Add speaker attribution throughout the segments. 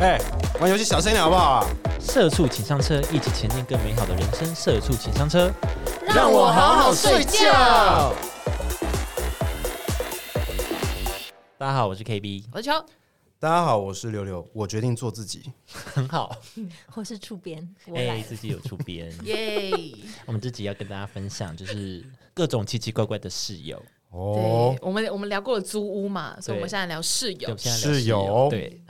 Speaker 1: 哎、玩游戏小声一点好不好啊？
Speaker 2: 社畜请上车，一起前进更美好的人生。社畜请上车。
Speaker 1: 让我好好睡觉
Speaker 2: 大家好，我是 KB，
Speaker 3: 我是秋，
Speaker 1: 大家好，我是刘刘，我决定做自己。
Speaker 2: 很好。
Speaker 4: 或是触边，我
Speaker 2: 哎、
Speaker 4: 来了。
Speaker 2: 自己有出编。
Speaker 3: 耶！
Speaker 2: 我们这集要跟大家分享，就是各种奇奇怪怪的室友。
Speaker 1: 哦
Speaker 3: 对，，我们我们聊过了租屋嘛，所以我们现在聊室
Speaker 2: 对，我
Speaker 3: 友
Speaker 2: 们。现在聊
Speaker 1: 室友
Speaker 2: 对。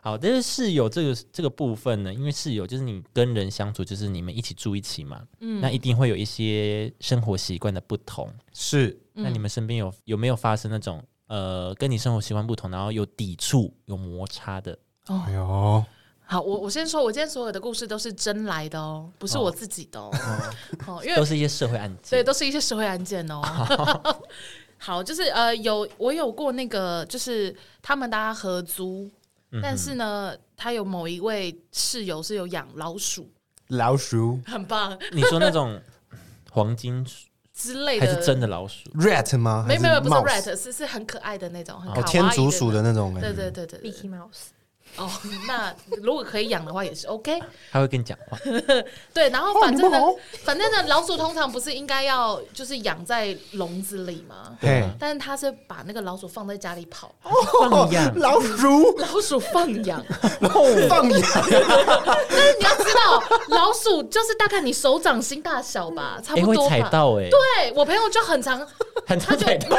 Speaker 2: 好，但是室友这个这个部分呢，因为室友就是你跟人相处，就是你们一起住一起嘛，
Speaker 3: 嗯
Speaker 2: 那一定会有一些生活习惯的不同。
Speaker 1: 是
Speaker 2: 那你们身边有有没有发生那种呃，跟你生活习惯不同，然后有抵触、有摩擦的？
Speaker 1: 哎呦，
Speaker 3: 好，我我先说，我今天所有的故事都是真来的哦，不是我自己的哦，哦，因为
Speaker 2: 都是一些社会案件。
Speaker 3: 对，都是一些社会案件哦。好，就是呃，有我有过那个，就是他们大家合租，但是呢，他有某一位室友是有养老鼠，
Speaker 1: 老鼠
Speaker 3: 很棒
Speaker 2: 你说那种黄金鼠
Speaker 3: 之类
Speaker 2: 还
Speaker 3: 的，
Speaker 2: 是真的老鼠？
Speaker 1: rat 吗？
Speaker 3: 没有没有不是
Speaker 1: mouse
Speaker 3: rat，是是很可爱的那种，很
Speaker 1: 哦，
Speaker 3: 卡
Speaker 1: 天
Speaker 3: 哇伊
Speaker 1: 竺鼠的
Speaker 3: 那
Speaker 1: 那种感
Speaker 3: 种。对
Speaker 1: 觉。
Speaker 3: 对对对对
Speaker 4: Mickey Mouse，
Speaker 3: 哦， 那如果可以养的话也是 OK。
Speaker 2: 它会跟你讲话，
Speaker 3: 对，然后反正呢，反正呢，老鼠通常不是应该要就是养在笼子里吗？
Speaker 1: 嘿
Speaker 2: 对
Speaker 3: 但是他是把那个老鼠放在家里跑，
Speaker 2: 放 养。
Speaker 1: 老鼠
Speaker 3: 哦老鼠放 养。
Speaker 1: 放羊，
Speaker 3: 但哎是你要知道，老鼠就是大概你手掌心大小 吧， 差
Speaker 2: 哎、
Speaker 3: 不
Speaker 2: 会
Speaker 3: 多吧。
Speaker 2: 踩到哎、
Speaker 3: 对啊我朋友就很常，
Speaker 2: 很常踩到。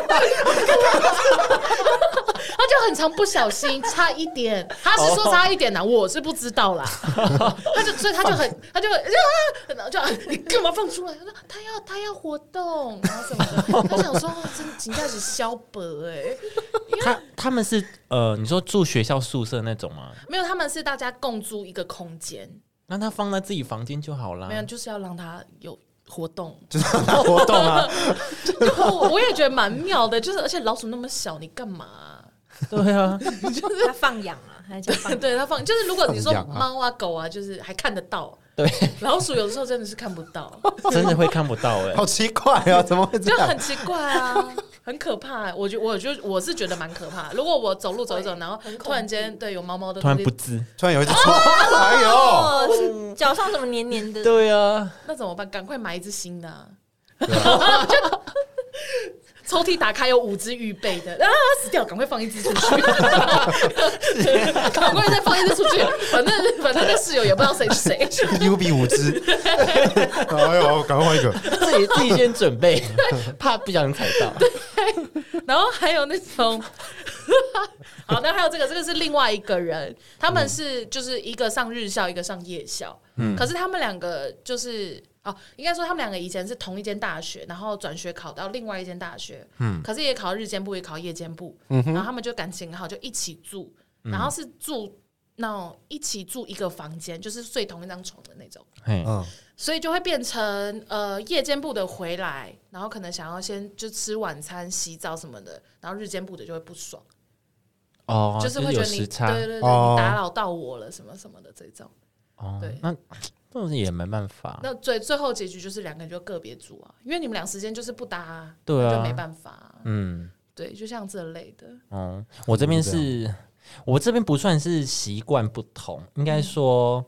Speaker 3: 他就很常不小心差一点，他是说差一点呐、我是不知道啦。他就所以他就很，他就很然后就你干嘛放出来？他说他要他要活动，然后什么的。他想说，哦真请假是消薄哎、
Speaker 2: 他他们是呃，你说住学校宿舍那种吗？
Speaker 3: 没有，他们是大家共租一个空间，
Speaker 2: 那他放在自己房间就好啦
Speaker 3: 没。有就是要让他有活动。
Speaker 1: 就是它活动啊。
Speaker 3: 我我也觉得蛮妙的，就是而且老鼠那么小，你干嘛啊、
Speaker 2: 对 啊，
Speaker 4: 他放养啊，他叫放养。
Speaker 3: 对它放，就是如果你说
Speaker 1: 放养啊
Speaker 3: 猫啊狗啊，就是还看得到，
Speaker 2: 对，
Speaker 3: 老鼠有的时候真的是看不到，
Speaker 2: 真的会看不到哎、
Speaker 1: 好奇怪啊，怎么会 这
Speaker 3: 就
Speaker 1: 样
Speaker 3: 很？奇怪啊，很可怕、我觉我觉我是觉得蛮可怕。如果我走路走一走，然后
Speaker 4: 很恐怖
Speaker 3: 突然间对有猫猫的，
Speaker 2: 突然不知。
Speaker 1: 突然有一只虫，哎呦，
Speaker 4: 哦，脚上怎么黏黏的？
Speaker 2: 对啊，
Speaker 3: 那怎么办？赶快买一只新的、啊。
Speaker 1: 对啊
Speaker 3: 抽屉打开有五只预备的，啊，死掉，赶快放一只 出去，赶快再放一只出去，反正反正那室友也不知道谁是谁，
Speaker 1: ，U B 五 只，哎呦，赶快换一个。
Speaker 2: 自己自己先准 备，怕不小心踩到。
Speaker 3: 然后还有那种， 好，那还有这个，这个是另外一个人，他们是就是一个上日校，一个上夜校，可是他们两个就是哦，应该说他们两个以前是同一间大学，然后转学考到另外一间大学，嗯，可是也考日间部，也考夜间部，然后他们就感情很好，就一起住，然后是住。那种一起住一个房间，就是睡同一张床的那种，
Speaker 2: 嘿
Speaker 1: 嗯，
Speaker 3: 所以就会变成呃夜间部的回来，然后可能想要先就吃晚餐、洗澡什么的，然后日间部的就会不爽，
Speaker 2: 哦，
Speaker 3: 就是是会觉
Speaker 2: 有
Speaker 3: 得你
Speaker 2: 时差
Speaker 3: 对对对，
Speaker 1: 哦
Speaker 3: 你打扰到我了什么什么的这种。
Speaker 2: 哦
Speaker 3: 对。
Speaker 2: 那这种也没办法。
Speaker 3: 那最最后结局就是两个人就个别住啊，因为你们俩时间就是不搭、啊，
Speaker 2: 对啊
Speaker 3: 那就没办法啊、
Speaker 2: 嗯，
Speaker 3: 对，就像这 类的，
Speaker 2: 哦，我这边是，我这边不算是习惯不同，应
Speaker 3: 嗯
Speaker 2: 该说，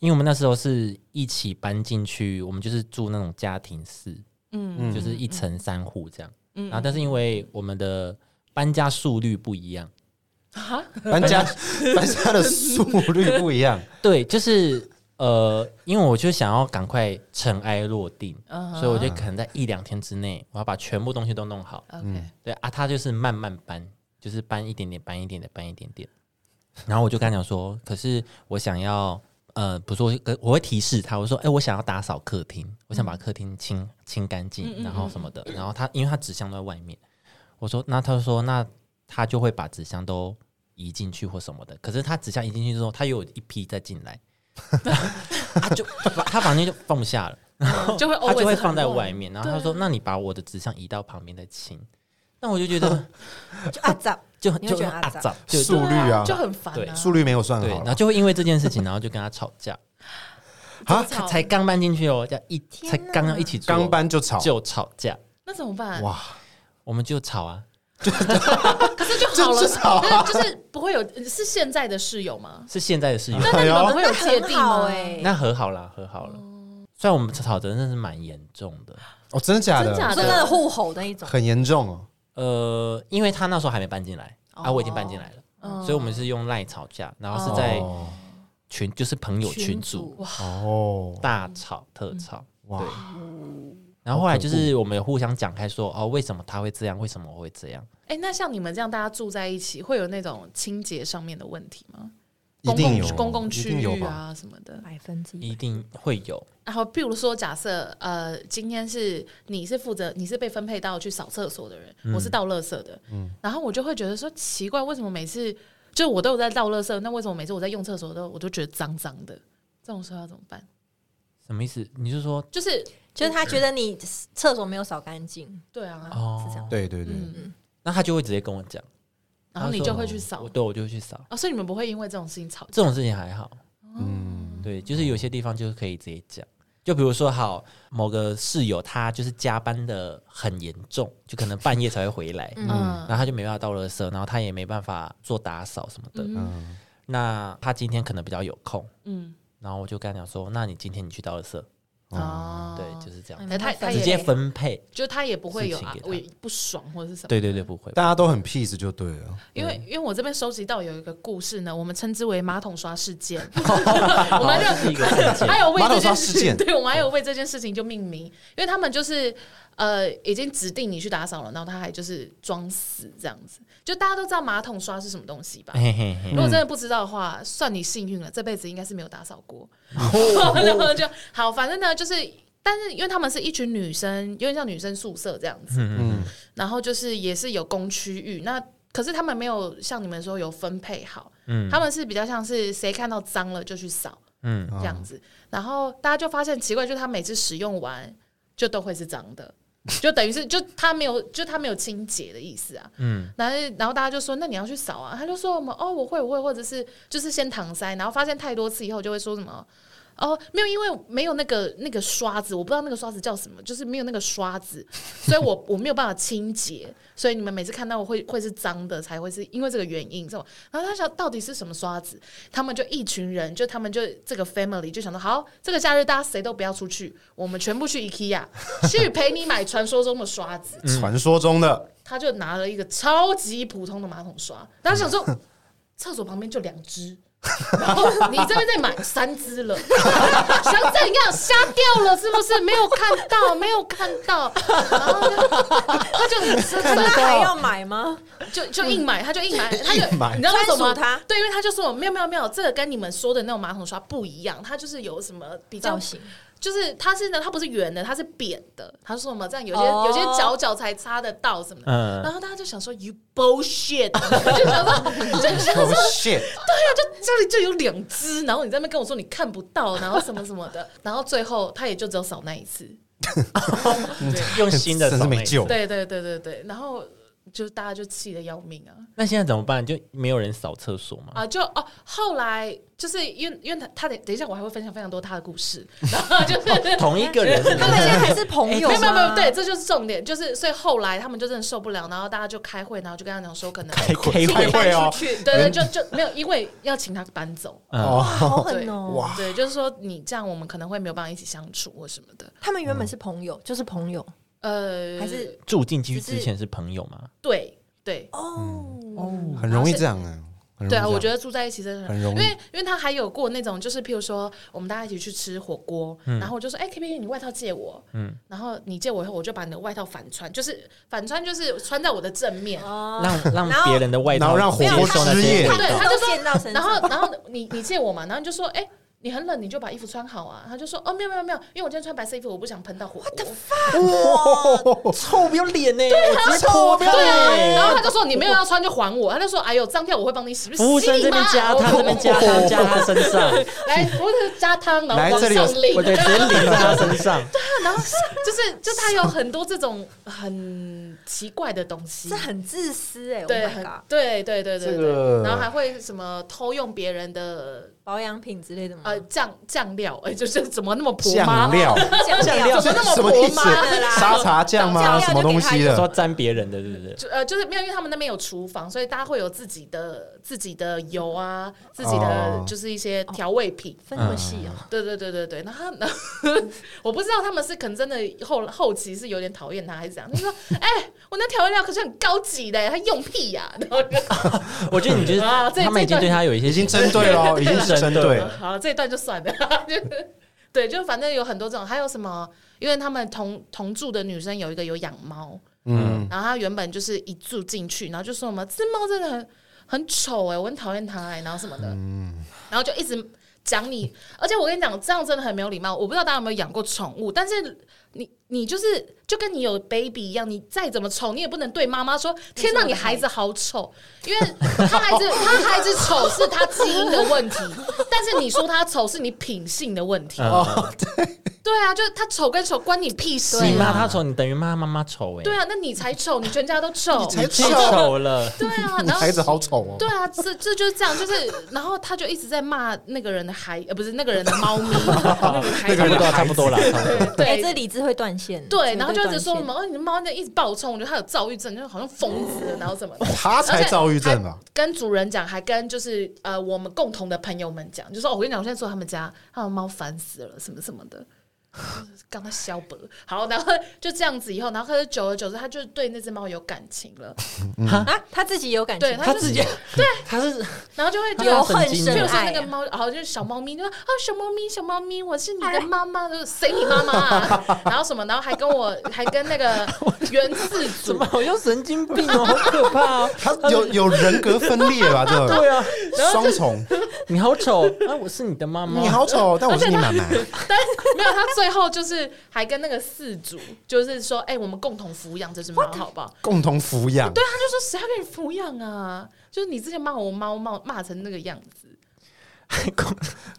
Speaker 2: 因为我们那时候是一起搬进去，我们就是住那种家庭式，
Speaker 3: 嗯
Speaker 2: 就是一层三户这样。
Speaker 3: 嗯
Speaker 2: 然后，但是因为我们的搬家速率不一样，
Speaker 3: 啊，
Speaker 1: 搬家搬家的速率不一样。
Speaker 2: 对，就是呃，因为我就想要赶快尘埃落定，
Speaker 3: 嗯
Speaker 2: 所以我就可能在一两天之内，我要把全部东西都弄好。
Speaker 3: 嗯 OK，、
Speaker 2: 对啊，他就是慢慢搬，就是搬一点点，搬一点点，搬一点点。然后我就跟他讲说，可是我想要，呃，不是我，跟我会提示他，我说，哎、我想要打扫客厅，我
Speaker 3: 嗯
Speaker 2: 想把客厅清清干净，然后什么的。然后他因为他纸箱都在外面，我说，那他就说，那他就会把纸箱都移进去或什么的。可是他纸箱移进去之后，他又有一批再进来， 他就把他房间就放不下了。
Speaker 3: 嗯就会
Speaker 2: 他就
Speaker 3: always
Speaker 2: 会
Speaker 3: 很
Speaker 2: 放在
Speaker 3: 乱
Speaker 2: 外。面，然后他说：“那你把我的纸箱移到旁边再清。”那我就觉得
Speaker 4: 就啊阿杂，
Speaker 2: 就
Speaker 4: 你
Speaker 2: 很
Speaker 4: 会
Speaker 2: 就
Speaker 4: 觉
Speaker 2: 很
Speaker 4: 得
Speaker 2: 阿
Speaker 4: 阿
Speaker 2: 杂
Speaker 4: 杂，
Speaker 2: 就
Speaker 1: 速率啊
Speaker 3: 就很烦、啊，
Speaker 2: 对
Speaker 1: 速率没有算
Speaker 2: 对，
Speaker 1: 好
Speaker 2: 然
Speaker 1: 了
Speaker 2: 后就会因为这件事情，然后就跟他吵架。
Speaker 1: 啊，
Speaker 3: 吵
Speaker 2: 才刚搬进去哦，要一
Speaker 4: 天
Speaker 2: 才刚要一起住哦
Speaker 1: 刚搬就吵，
Speaker 2: 就吵架，
Speaker 3: 那怎么办？
Speaker 1: 哇，
Speaker 2: 我们就吵啊，
Speaker 3: 可是就好了，
Speaker 1: 这至少啊
Speaker 3: 没有就是不会有是现在的室友吗？
Speaker 2: 是现在的室友，
Speaker 3: 那那你
Speaker 1: 哎
Speaker 3: 们
Speaker 1: 呦
Speaker 3: 不会有芥蒂吗？
Speaker 1: 欸
Speaker 4: 哎，
Speaker 2: 那和好啦，和好了。虽然我们吵得真的是蛮严重的，
Speaker 1: 哦，真的假
Speaker 3: 真假
Speaker 1: 的？
Speaker 4: 真的互吼那一种，
Speaker 1: 很严重哦。
Speaker 2: 呃，因为他那时候还没搬进来、啊，
Speaker 4: 哦
Speaker 2: 我已经搬进来了，
Speaker 3: 嗯
Speaker 2: 所以我们是用赖吵架，然后是在
Speaker 1: 哦
Speaker 2: 群，就是朋友群
Speaker 4: 组
Speaker 2: 组
Speaker 4: 哇，
Speaker 1: 哦，
Speaker 2: 大吵特吵，
Speaker 1: 嗯哇
Speaker 2: 对。然后后来就是我们有互相讲开说，哦，为什么他会这样，为什么我会这样？
Speaker 3: 哎、那像你们这样大家住在一起，会有那种清洁上面的问题吗？
Speaker 1: 一
Speaker 3: 公
Speaker 1: 定有哦
Speaker 3: 共公共
Speaker 1: 一
Speaker 3: 区
Speaker 1: 定有
Speaker 3: 域
Speaker 1: 吧？
Speaker 3: 啊什么的。
Speaker 4: 百分之一
Speaker 2: 一定会有，
Speaker 3: 然后，比如说，假设呃，今天是你是负责，你是被分配到去扫厕所的人，我是
Speaker 1: 嗯
Speaker 3: 倒垃圾的，然后我就会觉得说奇怪，为什么每次就我都有在倒垃圾，那为什么每次我在用厕所的时候，我都觉得脏脏的？这种时候要怎么办？
Speaker 2: 什么意思？你是说
Speaker 3: 就是
Speaker 4: 就是他觉得你厕所没有扫干净，
Speaker 3: 对啊，
Speaker 2: 哦
Speaker 4: 是这样
Speaker 1: 对对对，哦
Speaker 3: 嗯，
Speaker 2: 那他就会直接跟我讲，
Speaker 3: 然后你
Speaker 2: 他
Speaker 3: 就
Speaker 2: 说
Speaker 3: 会去扫
Speaker 2: 我，对我就会去扫，
Speaker 3: 哦，所以你们不会因为这种事情吵架
Speaker 2: 这种事情还好，
Speaker 1: 嗯，
Speaker 2: 对，就是有些地方就是可以直接讲，就比如说好某个室友他就是加班的很严重，就可能半夜才会回来，
Speaker 3: 嗯
Speaker 2: 然后他就没办法倒垃圾，然后他也没办法做打扫什么的，
Speaker 3: 嗯
Speaker 1: 嗯，
Speaker 2: 那他今天可能比较有空，
Speaker 3: 嗯
Speaker 2: 然后我就跟他讲说，那你今天你去倒垃圾，
Speaker 4: 嗯
Speaker 3: 哦，
Speaker 2: 对，就是这样，
Speaker 3: 哎他他
Speaker 2: 直
Speaker 3: 也
Speaker 2: 接分配，
Speaker 3: 就他也不会有
Speaker 2: 事情
Speaker 3: 啊
Speaker 2: 给，他
Speaker 3: 我也不爽或者是什么。
Speaker 2: 对嗯对对，不会，
Speaker 1: 大家都很 peace 就对了。
Speaker 3: 因为因为我这边收集到有一个故事呢，我们称之为马桶刷 事件，我们
Speaker 2: 哦这是一
Speaker 3: 就
Speaker 2: 个事情
Speaker 3: 还有为
Speaker 1: 马
Speaker 3: 这
Speaker 1: 桶刷
Speaker 3: 件
Speaker 1: 事
Speaker 3: 事
Speaker 1: 件
Speaker 3: 情，对我们还有为这件事情就命名，因为他们就是呃已经指定你去打扫了，然后他还就是装死这样子，就大家都知道马桶刷是什么东西吧？
Speaker 2: 嘿嘿嘿
Speaker 3: 如，果真的不知道的话，算你幸运了，这辈子应该是没有打扫过。
Speaker 2: 哦
Speaker 3: 然后就好，反正呢，就是，但是因为他们是一群女生，有点像女生宿舍这样子，
Speaker 1: 嗯，
Speaker 3: 然后就是也是有公区域，那可是他们没有像你们说有分配好，
Speaker 2: 嗯
Speaker 3: 他们是比较像是谁看到脏了就去扫
Speaker 2: 嗯，
Speaker 3: 这样子，然后大家就发现奇怪，就是他每次使用完就都会是脏的。就等于是，就他没有，就他没有清洁的意思啊。
Speaker 2: 嗯，
Speaker 3: 然后然后大家就说，那你要去扫啊？他就说我们哦，我会我会，或者是就是先搪塞，然后发现太多次以后就会说什么。哦，没有，因为没有那个那个刷子，我不知道那个刷子叫什么，就是没有那个刷子， 所以我我没有办法清洁，所以你们每次看到我会会是脏的，才会是因为这个原因，是吧？然后他想到底是什么刷子，他们就一群人，就他们就这个 family 就想说，好，这个假日大家谁都不要出去，我们全部去 IKEA 去陪你买传说中的刷子，
Speaker 1: 传说中的
Speaker 3: 他就拿了一个超级普通的马桶刷，然后想说，厕所旁边就两只，然后你这边再买三只了，想怎样？瞎掉了是不是？没有看到，没有看到，然后他就很生气
Speaker 4: 可是他还要买吗？
Speaker 3: 就就硬买，他就硬买，他就
Speaker 1: 硬买
Speaker 3: 你知道为什么
Speaker 4: 专
Speaker 3: 吗？
Speaker 4: 属他
Speaker 3: 对，因为他就说没有没有没有，这个跟你们说的那种马桶刷不一样，它就是有什么比较
Speaker 4: 造，型
Speaker 3: 就是它是呢，它不是圆的，它是扁的。他说什么这样有些、
Speaker 4: 哦
Speaker 3: 有些角角才擦得到什么的，
Speaker 2: 嗯
Speaker 3: 然后大家就想说 you bullshit，就想说就想
Speaker 1: 哦
Speaker 3: 说
Speaker 1: shit，
Speaker 3: 这里就有两只，然后你在那边跟我说你看不到，然后什么什么的，然后最后他也就只有扫那一次。
Speaker 2: 用新的
Speaker 1: 真是
Speaker 2: 扫
Speaker 1: 没
Speaker 2: 那一
Speaker 1: 救
Speaker 2: 次。
Speaker 3: 对对对对对，然后就大家就气得要命啊。
Speaker 2: 那现在怎么办？就没有人扫厕所吗？
Speaker 3: 啊，就哦，后来就是因为因为他他等等一下我还会分享非常多他的故事，然后就是
Speaker 2: 同一个人是不
Speaker 4: 他
Speaker 2: 是
Speaker 4: 们现在还是朋友
Speaker 3: 哎没有没有没有，
Speaker 4: 吗
Speaker 3: 对，，这就是重点，就是所以后来他们就真的受不了，然后大家就开会，然后就跟他讲说可能
Speaker 2: 开开
Speaker 1: 开
Speaker 2: 会，
Speaker 1: 会哦，
Speaker 3: 对对就就没有，因为要请他搬走，
Speaker 2: 嗯，
Speaker 1: 哦，
Speaker 4: 好狠哦！
Speaker 1: 哇，
Speaker 3: 对，就是说你这样我们可能会没有办法一起相处或什么的，
Speaker 4: 他们原本是朋友，就是朋友，
Speaker 3: 呃，
Speaker 4: 还是
Speaker 2: 住进去之前是朋友吗？
Speaker 3: 对对
Speaker 4: 哦，
Speaker 1: 很容易这样啊，很容易
Speaker 3: 对啊，
Speaker 1: 这
Speaker 3: 我
Speaker 1: 样
Speaker 3: 觉得住在一起真的
Speaker 1: 很容易
Speaker 3: 因为因为他还有过那种，就是譬如说我们大家一起去吃火锅，
Speaker 1: 嗯
Speaker 3: 然后我就说，哎、k P K，你外套借我，嗯，然后你借我以后，我就把你的外套反穿，就是反穿就是穿在我的正面，
Speaker 4: 哦
Speaker 2: 让
Speaker 4: 然
Speaker 2: 让
Speaker 4: 后
Speaker 2: 别人的外
Speaker 1: 然后
Speaker 2: 套
Speaker 1: 让火锅
Speaker 2: 接受那
Speaker 1: 之
Speaker 2: 些
Speaker 1: 夜
Speaker 2: 味
Speaker 3: 对
Speaker 2: 道
Speaker 3: 他就
Speaker 4: 都
Speaker 3: 说
Speaker 4: 溅到身上
Speaker 3: 然后然后你你借我嘛，然后你就说，哎、你很冷，你就把衣服穿好啊。他就说：“哦，没有没有没有，因为我今天穿白色衣服，我不想喷到火锅。
Speaker 1: 哇，
Speaker 2: 臭不要脸呢，我直接脱掉
Speaker 3: 对啊，然后
Speaker 2: 欸。
Speaker 3: 他就说：“你没有要穿就还我。”他就说：“哎呦，脏掉我会帮你洗。”哦
Speaker 2: 服务生这边加
Speaker 3: 洗你妈
Speaker 2: 他，这边加他，加他身上，
Speaker 3: 来，服务生哎加汤，然
Speaker 1: 来
Speaker 3: 后往
Speaker 1: 这里
Speaker 3: 上
Speaker 1: 有
Speaker 3: 淋。
Speaker 2: 我得直接 淋在他身 上。
Speaker 3: 然后就是，就他有很多这种很奇怪的东西
Speaker 4: 这，很自私哎，Oh
Speaker 3: 对，
Speaker 4: my
Speaker 3: 很
Speaker 4: god！
Speaker 3: 对对对对
Speaker 1: 这个
Speaker 3: 对，然后还会什么偷用别人的
Speaker 4: 保养品之类的吗？
Speaker 3: 呃酱酱料，哎、 就是怎么那么婆妈
Speaker 1: 嗯酱？料，
Speaker 4: 酱料
Speaker 3: 怎么那么
Speaker 1: 什么
Speaker 3: 婆
Speaker 1: 意 思
Speaker 3: 妈的啦？
Speaker 1: 沙茶酱
Speaker 4: 酱
Speaker 1: 吗？
Speaker 4: 料
Speaker 1: 什么东西
Speaker 2: 说
Speaker 1: 的？
Speaker 2: 沾别人的，对 不对？
Speaker 3: 就呃，就是没有，因为他们那边有厨房，所以大家会有自己的自己的油啊，自己的
Speaker 1: 哦
Speaker 3: 就是一些调味品。
Speaker 4: 分那么细哦，
Speaker 3: 对对对对对，然后呢， 我不知道他们是可能真的后后期是有点讨厌他还是怎样。他说：“哎、我那调味料可是很高级的，他用屁呀、然后就
Speaker 2: 我觉得你 就是
Speaker 3: 啊这
Speaker 2: 他们已经对他有一些
Speaker 1: 已经针对了 哦，已
Speaker 3: 对啦
Speaker 1: 经是针
Speaker 2: 对
Speaker 1: 对。
Speaker 3: 好，这一段就算了。 就是对，就反正有很多这种，还有什么？因为他们同同住的女生有一个有养猫，
Speaker 1: 嗯，
Speaker 3: 然后她原本就是一住进去，然后就说我们这猫真的很很丑哎、我很讨厌它哎、然后什么的，
Speaker 1: 嗯
Speaker 3: 然后就一直讲你，而且我跟你讲，这样真的很没有礼貌。我不知道大家有没有养过宠物，但是你你就是就跟你有 baby 一样，你再怎么丑，你也不能对妈妈说天哪，你孩子好丑，因为他孩子他孩子丑是他基因的问题，但是你说他丑是你品性的问题。
Speaker 2: 哦，
Speaker 3: 对啊，就是他丑跟丑关你屁事、
Speaker 2: 你骂
Speaker 3: 啊。
Speaker 2: 他丑，你等于骂他妈妈丑哎，
Speaker 3: 对啊，那你才丑，你全家都丑。
Speaker 1: 才
Speaker 2: 你最丑了，
Speaker 3: 对啊，
Speaker 1: 你
Speaker 3: 然后
Speaker 1: 孩子好丑哦。
Speaker 3: 对啊，这这就是这样，就是然后他就一直在骂那个人的孩，呃，不是那个人的猫咪，那个
Speaker 2: 差不哎
Speaker 3: 孩子，
Speaker 2: 多差不多了，差不多
Speaker 3: 对
Speaker 4: 哎，这理智会断线。
Speaker 3: 对，然后就一直说什
Speaker 4: 我
Speaker 3: 么，
Speaker 4: 们
Speaker 3: 哦，你的猫那一直暴冲，我觉得它有躁郁症，就好像疯子了，然后什么的。
Speaker 1: 他才躁郁症吧？
Speaker 3: 跟主人讲，还跟就是呃我们共同的朋友们讲，就说、哦、我跟你讲，我现在住他们家，他们猫烦死了，什么什么的，刚刚消薄。好，然后就这样子以后，然后他就久而久之，他就对那只猫有感情了，
Speaker 4: 啊，他自己有感
Speaker 3: 对
Speaker 4: 情，
Speaker 3: 他
Speaker 2: 自己
Speaker 3: 对，
Speaker 2: 他是
Speaker 3: 然后就会
Speaker 4: 有恨
Speaker 3: 譬
Speaker 4: 深
Speaker 3: 如说那
Speaker 4: 爱
Speaker 3: 个
Speaker 4: 啊。
Speaker 3: 猫，然后就是小猫咪，就说啊小猫咪小猫咪，我是你的妈妈，就是谁你妈妈、啊？ 然后什么，然后还跟我还跟那个原自
Speaker 2: 怎
Speaker 3: 主
Speaker 2: 么，好像神经病哦，好可怕哦，
Speaker 1: 他有有人格分裂吧？ 这个
Speaker 2: 对啊，
Speaker 1: 双重，
Speaker 3: 嗯
Speaker 2: 你好丑，啊，我是你的妈妈，
Speaker 1: 你好丑，但我是你妈妈。
Speaker 3: 但没有他最后就是还跟那个饲主，就是说哎、我们共同抚养这只猫好不好？
Speaker 1: 共同抚养，
Speaker 3: 对，他就说谁要给你抚养啊？就是你之前骂我猫骂骂成那个样子，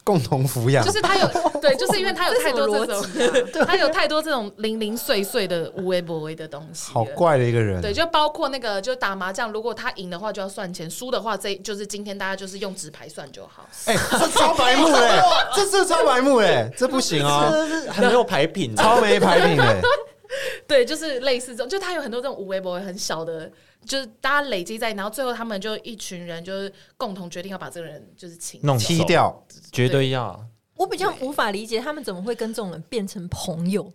Speaker 1: 共同抚养
Speaker 3: 就，是他有对，就是因为他有太多这种
Speaker 4: 这是什么逻，啊
Speaker 3: 他有太多这种零零碎碎的无微不微的东西了，
Speaker 1: 好怪的一个人。
Speaker 3: 对，就包括那个，就打麻将，如果他赢的话就要算钱，输的话这就是今天大家就是用纸牌算就好。
Speaker 1: 哎，这超白目嘞，这这超白目嘞，这不行哦，
Speaker 2: 这是很没有牌品的，
Speaker 1: 超没欸牌品嘞。
Speaker 3: 对，就是类似这种，就他有很多这种无微不微很小的，就是大家累积在，然后最后他们就一群人就是共同决定要把这个人就是请
Speaker 2: 弄
Speaker 3: 走
Speaker 1: 踢掉，
Speaker 2: 绝对要。
Speaker 4: 我比较无法理解他们怎么会跟这种人变成朋友。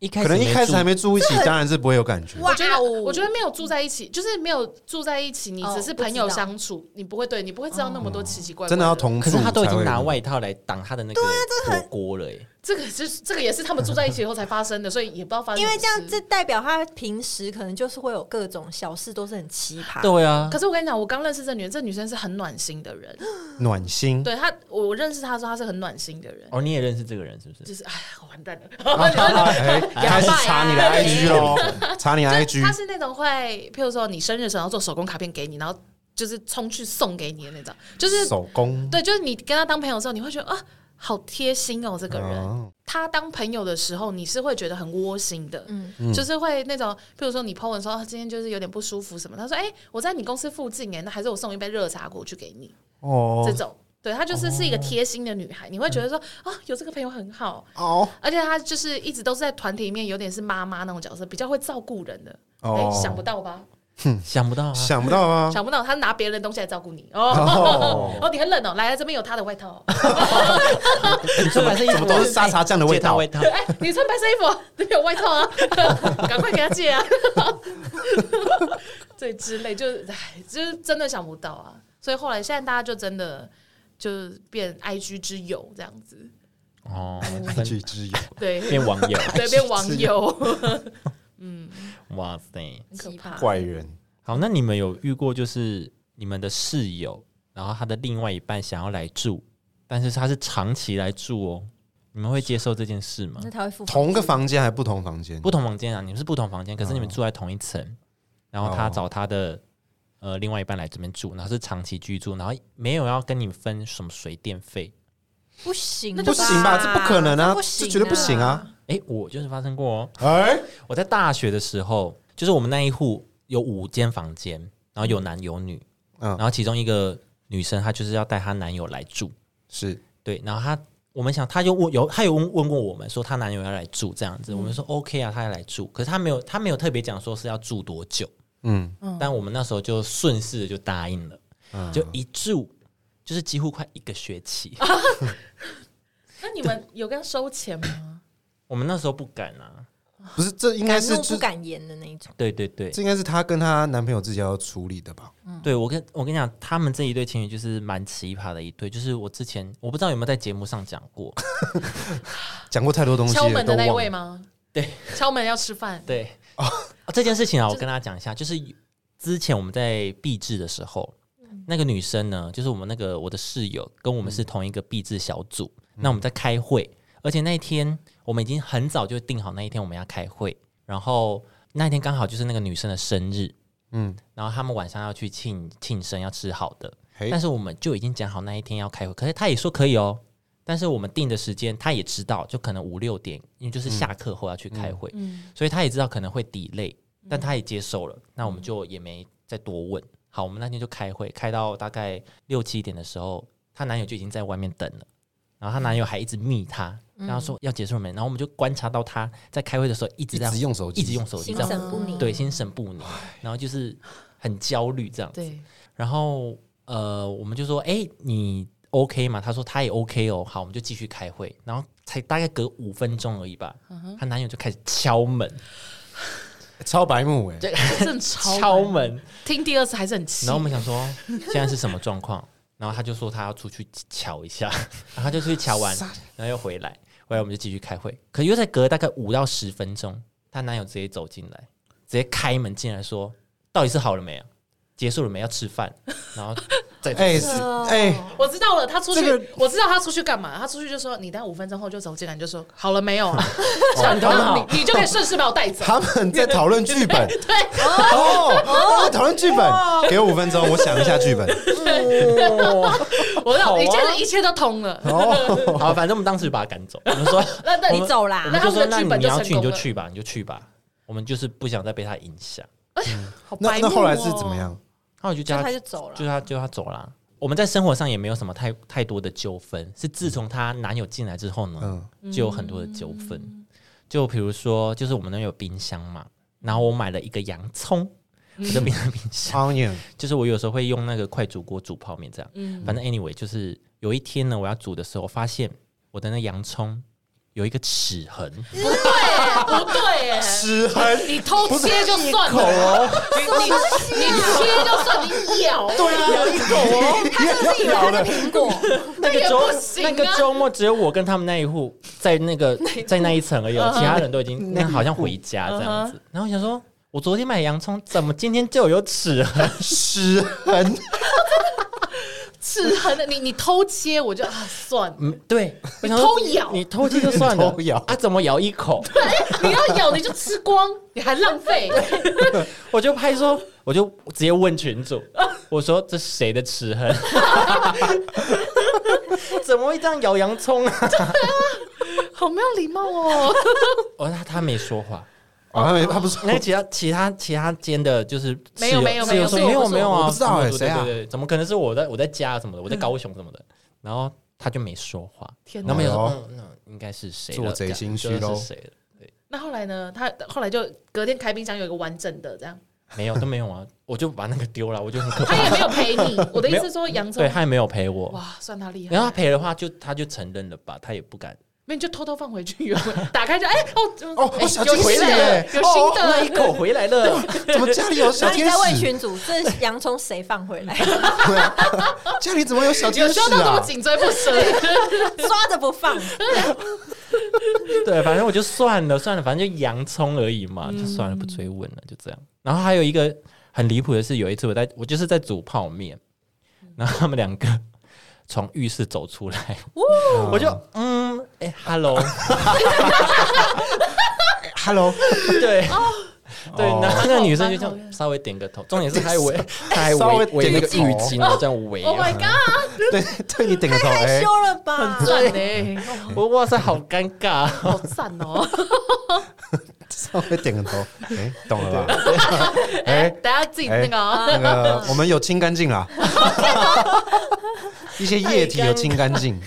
Speaker 2: 一开
Speaker 1: 可能一开始还
Speaker 2: 没
Speaker 1: 没住一起，当然是不会有感觉。
Speaker 4: 哇
Speaker 3: 我觉得，我觉
Speaker 4: 得
Speaker 3: 得没有住在一起，就是没有住在一起，你
Speaker 4: 哦
Speaker 3: 只是
Speaker 4: 不
Speaker 3: 朋
Speaker 4: 知
Speaker 3: 友
Speaker 4: 道
Speaker 3: 相处，你不会对你不会知道那么多奇奇怪怪。
Speaker 1: 哦真的要
Speaker 3: 同
Speaker 1: 同
Speaker 2: 注，
Speaker 1: 住，
Speaker 2: 可是他都已经拿。外套来挡他的那个
Speaker 3: 啊
Speaker 2: 火锅了，哎，
Speaker 3: 这个就是这个也是他们住在一起以后才发生的，所以也不知道发生
Speaker 4: 因为
Speaker 3: 什么
Speaker 4: 这样，
Speaker 3: 事
Speaker 4: 这代表他平时可能就是会有各种小事都是很奇葩。
Speaker 2: 对啊
Speaker 3: 可，是我跟你讲，我刚认识这女人，这女生是很暖心的人。
Speaker 1: 暖心，
Speaker 3: 对她，我认识她的时候，她是很暖心的人。
Speaker 2: 哦，你也认识这个人是不是？
Speaker 3: 就是哎，完蛋了！
Speaker 1: 哎，开始
Speaker 3: 啊
Speaker 1: 查你的 IG 喽，查你的
Speaker 3: 她
Speaker 1: IG，
Speaker 3: 是那种会，譬如说你生日的时候然后做手工卡片给你，然后就是冲去送给你的那种，就是
Speaker 1: 手工。
Speaker 3: 对，就是你跟她当朋友的时候，你会觉得啊，好贴心哦，这个人。
Speaker 1: 哦
Speaker 3: 她当朋友的时候，你是会觉得很窝心的，
Speaker 4: 嗯
Speaker 3: 就是会那种，譬如说你 po 文说、啊、今天就是有点不舒服什么，她说哎、我在你公司附近哎，那还是我送一杯热茶过去给你。这
Speaker 1: 哦
Speaker 3: 种。对她就是是一个贴心的女孩，你会觉得说啊、有这个朋友很好，
Speaker 1: 哦
Speaker 3: 而且她就是一直都是在团体里面有点是妈妈那种角色，比较会照顾人的。哎、想不到吧？
Speaker 2: 想不到啊，
Speaker 1: 想不到哦啊，
Speaker 3: 想不到她拿别人的东西来照顾你 哦
Speaker 1: 哦。
Speaker 3: 哦，你很冷哦，来来这边有她的外套哦。
Speaker 2: 你穿白色衣
Speaker 1: 怎
Speaker 2: 服
Speaker 1: 么都是沙茶酱的味
Speaker 2: 味
Speaker 1: 道
Speaker 2: 味。道，
Speaker 3: 哎、你穿白色衣服，这边有外套啊，赶快给她借啊。 对，之类就是哎，就是真的想不到啊。所以后来现在大家就真的就变 IG 之友这样子，
Speaker 2: 哦，
Speaker 1: IG 之友，
Speaker 3: 对，
Speaker 2: 变网友，
Speaker 3: 对，变网友，
Speaker 2: 哇塞！
Speaker 3: 很可怕。
Speaker 1: 怪人，
Speaker 2: 好，那你们有遇过就是你们的室友，然后他的另外一半想要来住，但是他是长期来住哦，你们会接受这件事吗
Speaker 4: 那？他会付
Speaker 1: 同个房间还不同房间，
Speaker 2: 不同房间啊，你们是不同房间，可是你们住在同一层，然后他找他的呃另外一半来这边住，然后是长期居住，然后没有要跟你分什么水电费。
Speaker 4: 不行，啊
Speaker 3: 那
Speaker 1: 不
Speaker 3: 就
Speaker 1: 行吧？这不可能啊，
Speaker 4: 不
Speaker 1: 这
Speaker 4: 行，
Speaker 1: 绝对不行！啊！
Speaker 2: 诶，我就是发生过哦，
Speaker 1: 哎，
Speaker 2: 我在大学的时候，就是我们那一户有五间房间，然后有男有女，
Speaker 1: 嗯
Speaker 2: 然后其中一个女生她就是要带她男友来住，
Speaker 1: 是
Speaker 2: 对，然后她我们想，她就问有，她有问问过我们说她男友要来住这样
Speaker 1: 嗯
Speaker 2: 子，我们说 OK 啊，她要来住，可是她没有，她没有特别讲说是要住多久，
Speaker 1: 嗯，
Speaker 2: 但我们那时候就顺势的就答应了，就一住就是几乎快一个学 期，
Speaker 3: 那你们有跟他收钱吗？
Speaker 2: 我们那时候不敢啊，
Speaker 1: 不是这应该
Speaker 4: 敢
Speaker 1: 是
Speaker 4: 怒
Speaker 1: 就
Speaker 4: 不敢言的那一种。
Speaker 2: 对对对，
Speaker 1: 这应该是她跟她男朋友自己要处理的吧？
Speaker 2: 对我跟我跟你讲，他们这一对情侣就是蛮奇葩的一对，就是我之前我不知道有没有在节目上讲过，
Speaker 1: 讲过太多东西了，
Speaker 3: 敲门的
Speaker 1: 都
Speaker 3: 那一
Speaker 1: 忘
Speaker 3: 位
Speaker 1: 了
Speaker 3: 吗？
Speaker 2: 对，
Speaker 3: 敲门要吃饭。
Speaker 2: 对啊，这件事情啊，我跟大家讲一下，就是之前我们在毕制的时候，那个女生呢，就是我们那个我的室友，跟我们是同一个毕制小组，那我们在开会，而且那一天我们已经很早就定好那一天我们要开会，然后那一天刚好就是那个女生的生日，
Speaker 1: 嗯，
Speaker 2: 然后他们晚上要去庆庆生，要吃好的，
Speaker 1: 嘿
Speaker 2: 但是我们就已经讲好那一天要开会，可是他也说可以哦。但是我们定的时间，他也知道，就可能五六点，因为就是下课后要去开会，
Speaker 3: 嗯，
Speaker 2: 所以他也知道可能会 delay，但他也接受了，那我们就也没再多问。好，我们那天就开会，开到大概六七点的时候，她男友就已经在外面等了，然后她男友还一直密她，
Speaker 3: 嗯
Speaker 2: 然后说要结束了没，然后我们就观察到她在开会的时候一直
Speaker 1: 一
Speaker 2: 这样
Speaker 1: 直，用手机，
Speaker 2: 一直用手机
Speaker 4: 心
Speaker 2: 这样，
Speaker 4: 神不
Speaker 3: 嗯
Speaker 4: 宁，
Speaker 2: 对，心神不宁，然后就是很焦虑这样子。
Speaker 3: 对，
Speaker 2: 然后呃，我们就说，哎、你 OK 吗？他说他也 OK 哦。好，我们就继续开会。然后才大概隔五分钟而已吧，她、男友就开始敲门，
Speaker 1: 超白目哎、
Speaker 3: 真的超
Speaker 2: 敲 门。
Speaker 3: 听第二次还是很气
Speaker 2: 然后。我们想说，现在是什么状况？然后他就说他要出去瞧一下， 然后他就出去瞧完，然后又回来，回来我们就继续开会。可又再隔大概五到十分钟，她男友直接走进来，直接开门进来说：“到底是好了没有？结束了没？要吃饭？”然 后再
Speaker 1: 哎是哎、
Speaker 3: 我知道了，他出去，
Speaker 1: 这个
Speaker 3: 我知道他出去干嘛？他出去就说：“你待五分钟后就走进来，你就说好了没有啊？
Speaker 2: 传统
Speaker 3: 然后
Speaker 2: 好。
Speaker 3: 你你就可以顺势把我带走。
Speaker 1: 他们在讨论剧本
Speaker 3: 对，
Speaker 1: 哦，他们在讨论剧本，给我五分钟，我想一下剧本。
Speaker 3: 我知
Speaker 2: 好
Speaker 3: 道，
Speaker 2: 啊
Speaker 3: 一切一切都通了。
Speaker 1: 哦，
Speaker 2: 好，反正我们当时就把他赶走，我们说，
Speaker 3: 那那
Speaker 4: 你
Speaker 3: 你
Speaker 4: 走
Speaker 2: 我
Speaker 4: 啦，
Speaker 2: 们就说，
Speaker 3: 那
Speaker 2: 那
Speaker 3: 他们的剧本
Speaker 2: 你
Speaker 3: 就
Speaker 2: 要
Speaker 3: 成
Speaker 2: 去你就
Speaker 3: 功了
Speaker 2: 去吧，你就去吧。我们就是不想再被他影响，
Speaker 3: 好
Speaker 1: 那
Speaker 3: 白目
Speaker 1: 那
Speaker 3: 哦
Speaker 1: 后来是怎么？样？
Speaker 2: 然后我就
Speaker 4: 就
Speaker 2: 叫他
Speaker 4: 他就走了
Speaker 2: 就。他就他走啦。我们在生活上也没有什么太太多的纠纷，是自从她男友进来之后呢，
Speaker 1: 嗯
Speaker 2: 就有很多的纠纷。
Speaker 3: 嗯
Speaker 2: 就比如说，就是我们那边有冰箱嘛，然后我买了一个洋葱，我
Speaker 3: 嗯
Speaker 2: 就变成冰箱。
Speaker 1: 苍蝇
Speaker 2: 就是我有时候会用那个快煮锅煮泡面这样。
Speaker 3: 嗯
Speaker 2: 反正 anyway，就是有一天呢，我要煮的时候，我发现我的那洋葱有一个齿痕，
Speaker 3: 不对耶，
Speaker 1: 齿痕，
Speaker 3: 你偷切就算
Speaker 1: 狗
Speaker 3: 了，
Speaker 1: 哦，
Speaker 3: 你切就算，你咬
Speaker 1: 对啊，有一狗哦，
Speaker 4: 他是不是以为他是 苹果？
Speaker 3: 那也
Speaker 2: 周
Speaker 3: 不行
Speaker 2: 那个
Speaker 3: 啊。
Speaker 2: 周末只有我跟他们那一户在那个在那一层而已
Speaker 3: 嗯
Speaker 2: 哦，其他人都已经那好像回家这样子。然后我想说，我昨天买洋葱，怎么今天就有齿痕？
Speaker 1: 齿痕，
Speaker 3: 齿痕的，你你偷切，我就啊算了，
Speaker 2: 嗯，对， 我
Speaker 3: 你
Speaker 2: 想说
Speaker 3: 偷咬
Speaker 2: 你 偷吃就算了，
Speaker 1: 偷咬
Speaker 2: 啊，怎么咬一口？
Speaker 3: 你要咬你就吃光，你还浪费。
Speaker 2: 我就拍说，我就直接问群主，我说这是谁的齿痕？ 怎么会这样咬洋葱 啊？
Speaker 3: 好没有礼貌哦。
Speaker 2: 哦，他他没说话。
Speaker 1: 哦，他没，他不是，
Speaker 2: 那其他其他其他间的，就是
Speaker 3: 没
Speaker 2: 室
Speaker 3: 有
Speaker 2: 友
Speaker 3: 没有
Speaker 2: 室友说
Speaker 3: 没
Speaker 2: 没
Speaker 3: 有是我
Speaker 2: 有
Speaker 3: 是
Speaker 2: 没有
Speaker 1: 我
Speaker 2: 啊，
Speaker 1: 不知道欸
Speaker 2: 对
Speaker 1: 谁啊
Speaker 2: 对对，对怎么可能是我在我在家什么的，我在高雄什么的，然后他就没说话，
Speaker 3: 天
Speaker 2: 然后没有
Speaker 1: 哪
Speaker 2: 说，嗯，那应该是谁了？
Speaker 1: 哎做贼心虚
Speaker 2: 这样
Speaker 1: 咯
Speaker 2: 就是谁了？
Speaker 3: 那后来呢？他后来就隔天开冰箱有一个完整的这样，
Speaker 2: 没有都没有啊，我就把那个丢了，我就很可
Speaker 3: 他
Speaker 2: 怕。
Speaker 3: 也没有陪你。我的意思是说，洋葱
Speaker 2: 对，他也没有陪我，
Speaker 3: 哇，算他厉害。
Speaker 2: 哦然后他陪的话，就他就承认了吧，他也不 敢。
Speaker 3: 没你就偷偷放回去原位， 打开就哎哦
Speaker 1: 哦
Speaker 3: 哎
Speaker 1: 我小
Speaker 3: 有
Speaker 1: 惊
Speaker 3: 新
Speaker 1: 喜
Speaker 3: 的
Speaker 1: 耶
Speaker 3: 有新
Speaker 2: 哦那一
Speaker 3: 的，
Speaker 2: 口回来 了，
Speaker 1: 怎么家里有
Speaker 4: 然
Speaker 1: 小
Speaker 4: 后你
Speaker 1: 天
Speaker 4: 在问
Speaker 1: 使？
Speaker 4: 群主，这洋葱谁放回来？
Speaker 1: 家里怎么有小
Speaker 3: 有
Speaker 1: 天
Speaker 3: 时
Speaker 1: 使
Speaker 3: 候到这么
Speaker 1: 啊？
Speaker 3: 紧追不 舍，
Speaker 4: 抓着不放，
Speaker 2: 对，反正我就算了算了，反正就洋葱而已嘛，就算了，不追问了，就这样。然后还有一个很离谱的是，有一次我在我就是在煮泡面，然后他们两个 从浴室走出来，我就嗯，哎、h e l l o
Speaker 1: Hello，
Speaker 2: 对， 对，
Speaker 1: 哦
Speaker 2: 然后那个女生就这
Speaker 3: 蛮好
Speaker 2: 样
Speaker 3: 的
Speaker 2: 稍微点个头，重点是她 还围，她 还
Speaker 1: 稍微
Speaker 2: 围围那
Speaker 1: 点
Speaker 2: 个
Speaker 1: 个
Speaker 2: 浴
Speaker 1: 头
Speaker 2: 巾哦，这样围啊。
Speaker 3: Oh my god！
Speaker 1: 对对，你点个头，
Speaker 4: 害
Speaker 1: 哎
Speaker 4: 羞，了吧？
Speaker 3: 赞呢，哦
Speaker 2: 我哇塞，好尴尬！啊
Speaker 3: 好赞哦！
Speaker 1: 稍微点个头，哎，懂了吧？哎，
Speaker 3: 等下自己那个
Speaker 2: 哎
Speaker 1: 那
Speaker 3: 哦
Speaker 1: 个我们有清干净啦，一些液体有清干净，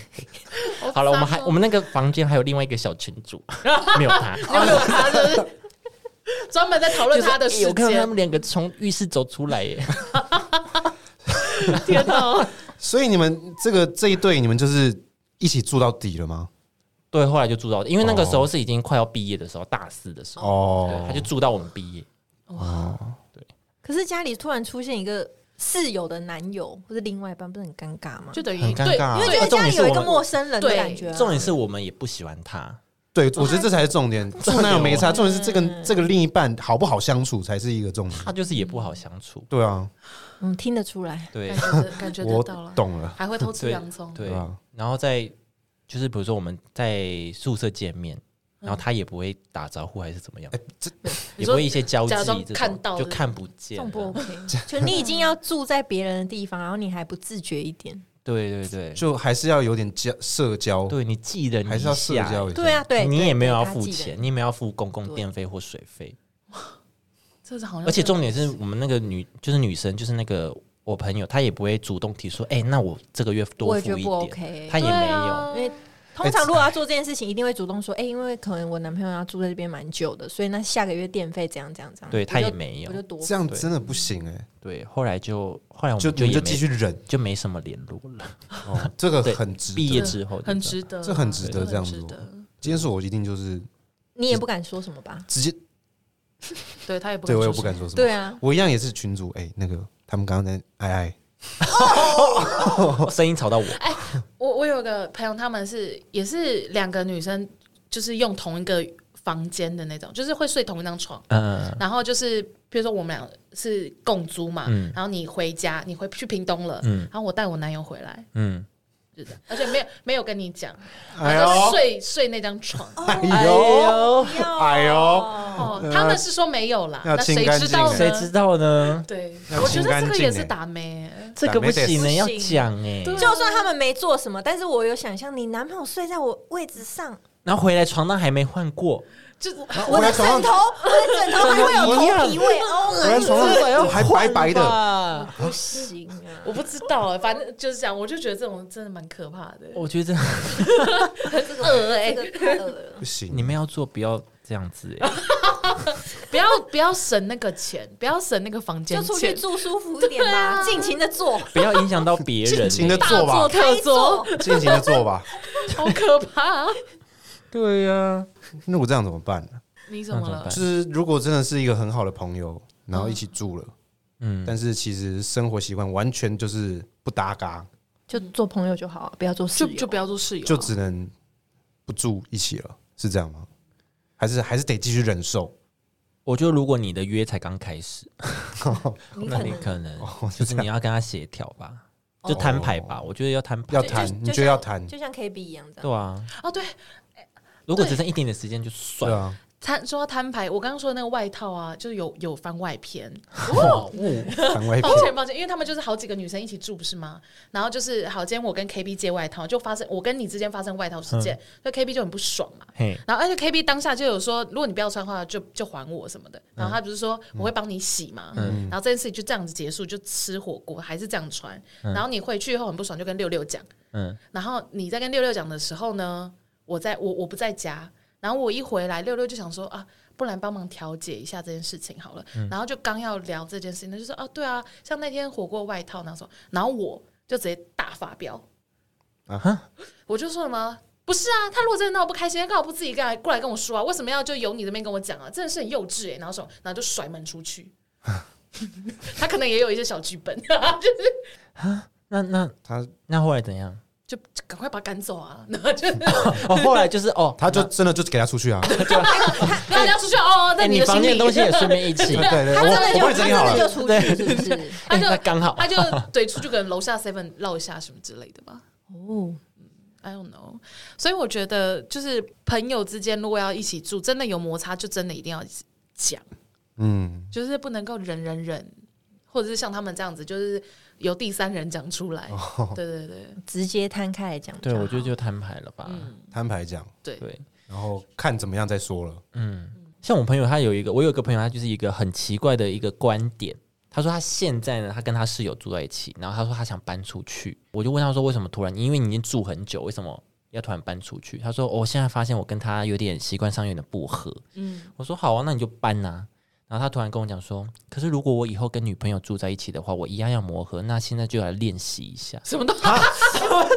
Speaker 2: 好了，我们还
Speaker 3: 哦好
Speaker 2: 我们那个房间还有另外一个小群 主，没有他。
Speaker 3: 你有没有他 的？专门在讨论他的
Speaker 2: 就是哎
Speaker 3: 时
Speaker 2: 我看到他
Speaker 3: 间
Speaker 2: 们，两个从浴室走出来耶，
Speaker 3: 天哪！
Speaker 1: 所以你们这个这一对，你们就是一起住到底了吗？
Speaker 2: 对，后来就住到，因为那个时候是已经快要毕业的时候，大四的时候，对
Speaker 1: 哦
Speaker 2: 他就，住到我们毕业。
Speaker 4: 可是家里突然出现一个室友的男友或者另外一半，不是很尴尬吗？
Speaker 3: 就等于
Speaker 1: 很尴
Speaker 3: 对
Speaker 1: 尬啊
Speaker 4: 因为觉得
Speaker 2: 重
Speaker 4: 家
Speaker 2: 点
Speaker 4: 里
Speaker 2: 是
Speaker 4: 有一
Speaker 2: 我
Speaker 4: 个
Speaker 2: 们
Speaker 4: 陌生人的
Speaker 3: 对
Speaker 4: 感觉啊、
Speaker 2: 重点是我们也不喜欢他，
Speaker 1: 对，我觉得这才是重点。住那有没差，重点是这个这个另一半好不好相处才是一个重点。
Speaker 2: 他就是也不好相处。
Speaker 1: 对啊，
Speaker 4: 嗯，听得出来，
Speaker 2: 对
Speaker 3: 感觉得感觉
Speaker 1: 我
Speaker 3: 得到了，
Speaker 1: 懂了。
Speaker 3: 还会偷吃洋葱，
Speaker 2: 对
Speaker 1: 对啊，
Speaker 2: 然后再就是比如说我们在宿舍见面，然后他也不会打招呼还是怎么样，
Speaker 1: 哎
Speaker 3: 你
Speaker 2: 也不
Speaker 3: 说
Speaker 2: 会一些交际
Speaker 3: 假装
Speaker 2: 这种，
Speaker 3: 看到
Speaker 2: 就
Speaker 3: 的
Speaker 2: 看不
Speaker 4: 这
Speaker 2: 见啊
Speaker 4: 种不
Speaker 2: 了。
Speaker 4: OK。就你已经要住在别人的地方，然后你还不自觉一点，
Speaker 2: 对对对，
Speaker 1: 就还是要有点交社交，
Speaker 2: 对你记人
Speaker 1: 还是要社
Speaker 2: 一下
Speaker 1: 交一下。
Speaker 4: 对啊，，对，
Speaker 2: 你也没有要
Speaker 4: 对
Speaker 2: 付，钱，你也没有要付公共
Speaker 4: 对
Speaker 2: 电费或水费，
Speaker 3: 这是好像。
Speaker 2: 而且重点是我们那个女就是女生，就是那个我朋友，她也不会主动提出，哎、那我这个月
Speaker 4: 我
Speaker 2: 多
Speaker 4: 也觉
Speaker 2: 付
Speaker 4: 得
Speaker 2: 一
Speaker 4: 不
Speaker 2: 点，
Speaker 4: OK。啊
Speaker 2: 她也没有。
Speaker 4: 因
Speaker 3: 啊
Speaker 4: 为哎通常如果要做这件事情，一定会主动说，哎、因为可能我男朋友要住在这边蛮久的，所以那下个月电费怎样怎样怎样，
Speaker 2: 对
Speaker 4: 我就
Speaker 2: 她也没有
Speaker 4: 我就多
Speaker 1: 这样真的不行哎，
Speaker 2: 对，后来嗯就后来我
Speaker 1: 就
Speaker 2: 们
Speaker 1: 你们
Speaker 2: 也
Speaker 1: 就
Speaker 2: 没
Speaker 1: 继续忍，
Speaker 2: 就没什么联络了。
Speaker 1: 哦，这个很值
Speaker 2: 毕业
Speaker 1: 得。
Speaker 2: 之后就
Speaker 3: 很
Speaker 2: 这样
Speaker 3: 值得，
Speaker 1: 这很值
Speaker 3: 对
Speaker 1: 得这样哦
Speaker 3: 很
Speaker 1: 做
Speaker 3: 值得
Speaker 1: 今天是我一定就是
Speaker 4: 你也不敢说什么吧？
Speaker 1: 直接，
Speaker 3: 对他也不
Speaker 1: 对我也
Speaker 3: 说
Speaker 1: 不敢说什么，
Speaker 4: 对啊，
Speaker 1: 我一样也是群主，哎，那个他们刚刚在哎哎，
Speaker 2: 哦声音吵到我，
Speaker 3: 我我有个朋友，他们是也是两个女生，就是用同一个房间的那种，就是会睡同一张床。
Speaker 2: 嗯，
Speaker 3: 然后就是比如说我们俩是共租嘛，
Speaker 2: 嗯
Speaker 3: 然后你回家，你回去屏东了，
Speaker 2: 嗯
Speaker 3: 然后我带我男友回来，
Speaker 2: 嗯，
Speaker 3: 就这样，而且没有没有跟你讲，
Speaker 1: 哎
Speaker 3: 然后就
Speaker 1: 呦，
Speaker 3: 睡、睡那张床。
Speaker 1: 哎呦，
Speaker 4: 不要
Speaker 1: 哎
Speaker 4: 哦，
Speaker 3: 哦，他们是说没有啦，
Speaker 1: 要
Speaker 3: 那
Speaker 1: 清
Speaker 3: 谁
Speaker 1: 干
Speaker 3: 知
Speaker 1: 净
Speaker 3: 道
Speaker 1: 欸
Speaker 2: 谁
Speaker 3: 呢？
Speaker 2: 知道呢？
Speaker 3: 对，
Speaker 1: 要
Speaker 3: 我觉
Speaker 1: 清
Speaker 3: 得这
Speaker 1: 干
Speaker 3: 个
Speaker 1: 净
Speaker 3: 也是
Speaker 1: 欸
Speaker 3: 打妹欸，
Speaker 2: 这个不行呢，
Speaker 4: 不行
Speaker 2: 要讲哎。
Speaker 3: 对
Speaker 4: 就算他们没做什么，但是我有想象，你男朋友睡在我位置上，
Speaker 2: 然后回来床单还没换过，
Speaker 3: 就
Speaker 1: 啊
Speaker 4: 我的枕头，我的枕头还会有头皮味，哦，
Speaker 1: 我在哎床上还白白 的，
Speaker 2: 的。
Speaker 4: 不行啊！
Speaker 3: 我不知道欸，反正就是这样，我就觉得这种真的蛮可怕的。
Speaker 2: 我觉得
Speaker 4: 这个
Speaker 3: 恶欸
Speaker 4: 这个太恶了。
Speaker 1: 不行，
Speaker 2: 你们要做不要这样子哎。
Speaker 3: 不要不要省那个钱，不要省那个房间
Speaker 4: 就
Speaker 3: 钱，
Speaker 4: 出去住舒服一点
Speaker 3: 对啊
Speaker 4: 吧，尽情的做，
Speaker 2: 不要影响到别人、欸
Speaker 1: 尽情的
Speaker 3: 大
Speaker 1: 做
Speaker 3: 做
Speaker 1: 吧，
Speaker 3: 特做，
Speaker 4: 开做
Speaker 1: 尽情的做吧。
Speaker 3: 好可怕、
Speaker 1: 对
Speaker 4: 啊
Speaker 1: 呀，那我这样怎么办呢？
Speaker 3: 你怎么
Speaker 2: 那怎么
Speaker 3: 了
Speaker 2: 办
Speaker 1: 就？是如果真的是一个很好的朋友，然后一起住了，
Speaker 2: 嗯，
Speaker 1: 但是其实生活习惯完全就是不搭嘎，
Speaker 4: 就做朋友就好，不要做
Speaker 3: 就就不要做室友啊，
Speaker 1: 就只能不住一起了，是这样吗？还是还是得继续忍受？
Speaker 2: 我觉得如果你的约才刚开始，
Speaker 4: 你
Speaker 2: 那
Speaker 4: 可
Speaker 2: 你
Speaker 4: 能哦
Speaker 2: 可能就是你要跟他协调吧，就摊牌吧。我觉哦得要摊牌，
Speaker 1: 要
Speaker 4: 就
Speaker 1: 谈
Speaker 4: 就，
Speaker 1: 你就要谈，
Speaker 4: 就像 KB 一样这样。
Speaker 2: 对啊。
Speaker 3: 哦，对，
Speaker 2: 如果只剩一点点时间就算
Speaker 1: 对
Speaker 2: 了。
Speaker 1: 啊，
Speaker 3: 摊说到摊牌，我刚刚说的那个外套啊，就是有有番外篇。
Speaker 2: 哦，
Speaker 1: 谈外
Speaker 3: 抱
Speaker 1: 片
Speaker 3: 歉抱歉，因为他们就是好几个女生一起住，不是吗？然后就是好，今天我跟 KB 借外套，就发生我跟你之间发生外套事件，所以 KB 就很不爽嘛。
Speaker 2: 嘿，
Speaker 3: 然后哎而且 KB 当下就有说，如果你不要穿的话，就就还我什么的。然后他不是说我会帮你洗嘛，然后这件事情就这样子结束，就吃火锅还是这样穿。然后你回去以后很不爽，就跟六六讲。
Speaker 2: 嗯，
Speaker 3: 然后你在跟六六讲的时候呢，我在我我不在家，然后我一回来，六六就想说啊。不然帮忙调解一下这件事情好了，然后就刚要聊这件事情，他就说啊，对啊，像那天火锅外套那时候，然后我就直接大发飙，
Speaker 1: 啊哈，
Speaker 3: 我就说什么不是啊，他如果真的闹不开心，他干嘛不自己过来过来跟我说啊？为什么要就由你这边跟我讲啊？真的是很幼稚哎、然后什么，然后就甩门出去。 他可能也有一些小剧本， 就是
Speaker 2: 那那
Speaker 1: 他
Speaker 2: 那后来怎样？
Speaker 3: 就就赶快把他赶走啊！然后就
Speaker 2: 哦，后来就是哦，
Speaker 1: 他就真的就给他出去 啊！对
Speaker 3: 不要要出去哦，
Speaker 2: 哎
Speaker 3: 在你
Speaker 2: 你
Speaker 3: 的
Speaker 2: 房
Speaker 3: 行
Speaker 2: 间
Speaker 3: 李
Speaker 2: 的东西也顺便一
Speaker 1: 对
Speaker 2: 起。
Speaker 1: 对，
Speaker 4: 他
Speaker 1: 我
Speaker 4: 真的
Speaker 1: 我帮你整
Speaker 4: 就他真
Speaker 1: 理好
Speaker 4: 的
Speaker 1: 了，
Speaker 4: 就出去，是不是？
Speaker 3: 他就
Speaker 2: 哎那刚好
Speaker 3: 他就对出去跟楼下 seven 唠一下什么之类的吧。嗯
Speaker 4: 哦，
Speaker 3: I don't know，所以我觉得就是朋友之间如果要一起住，真的有摩擦，就真的一定要讲，
Speaker 1: 嗯，
Speaker 3: 就是不能够忍忍忍，或者是像他们这样子，就是由第三人讲出来。
Speaker 1: 哦
Speaker 3: 对 对对，
Speaker 4: 直接摊开来讲。
Speaker 2: 对，我觉得就摊牌了吧。
Speaker 3: 嗯，
Speaker 1: 摊牌讲，
Speaker 3: 对，
Speaker 2: 对，
Speaker 1: 然后看怎么样再说了。
Speaker 2: 嗯，像我朋友他有一个，我有一个朋友，他就是一个很奇怪的一个观点。他说他现在呢，他跟他室友住在一起，然后他说他想搬出去。我就问他说为什么突然？因为你已经住很久，为什么要突然搬出去？他说、哦我现在发现我跟他有点习惯上有点不合。
Speaker 3: 嗯，
Speaker 2: 我说好啊，那你就搬呐、然后他突然跟我讲说，可是如果我以后跟女朋友住在一起的话，我一样要磨合。那现在就来练习一下。
Speaker 3: 什么都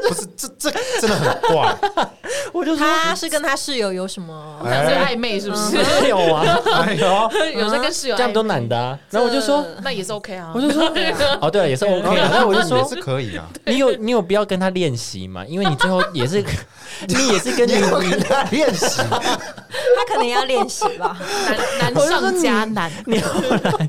Speaker 1: 不是，这这真的很怪，
Speaker 2: 我 就
Speaker 4: 他是跟他室友有什么？
Speaker 3: 想是暧昧，是不是？
Speaker 2: 没有 啊，
Speaker 1: 哎 呦，
Speaker 3: 有时候跟室友
Speaker 2: 这样都
Speaker 3: 暧昧
Speaker 2: 难的、啊。然后我就说，
Speaker 3: 那也是 OK 啊。
Speaker 2: 我就说，哦， 对，也是 OK 的。那我 就
Speaker 1: 也
Speaker 2: 说，
Speaker 1: 是可以啊，
Speaker 2: 你有你有必要跟他练习吗？因为你最后 也是，你也是跟
Speaker 1: 你
Speaker 2: 女，
Speaker 1: 要跟他练习，
Speaker 4: 他可能要练习 吧。
Speaker 3: 难难上加难，
Speaker 2: 你后来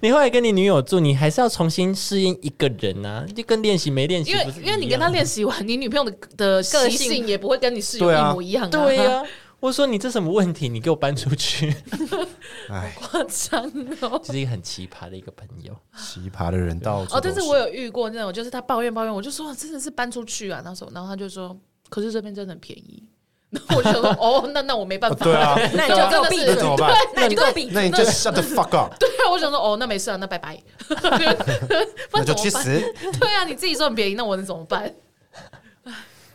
Speaker 2: 你后来跟你女友住，你还是要重新适应一个人啊，就跟练习没练习
Speaker 3: 因为
Speaker 2: 不是一
Speaker 3: 因为你
Speaker 2: 样
Speaker 3: 跟他练习完，你女朋友的的
Speaker 4: 个
Speaker 3: 习
Speaker 4: 性
Speaker 3: 性也不会跟你室友
Speaker 1: 对啊
Speaker 3: 一模一样、啊。
Speaker 2: 对呀、我说你这什么问题？你给我搬出去，
Speaker 1: 哎，
Speaker 3: 夸张哦。
Speaker 2: 这是一个很奇葩的一个朋友。
Speaker 1: 奇葩的人到处
Speaker 3: 哦，但是
Speaker 1: 都
Speaker 3: 我有遇过那种，就是他抱怨抱怨，我就说真的是搬出去啊，那时候，然后他就说，可是这边真的很便宜， 然后我就说，哦，那 那我没办
Speaker 1: 哦
Speaker 3: 法，
Speaker 1: 对啊，
Speaker 4: 那你就给我闭
Speaker 1: 那怎
Speaker 4: 嘴！
Speaker 1: 么办？
Speaker 4: 那你就给我闭
Speaker 1: 那
Speaker 4: 嘴！
Speaker 1: 你就 shut the fuck up，
Speaker 3: 对啊，我想说，哦，那没事啊，那拜拜， 不然
Speaker 1: 那就
Speaker 3: 怎么
Speaker 1: 去
Speaker 3: 办
Speaker 1: 死。
Speaker 3: 对啊，你自己说很便宜，那我能怎么办？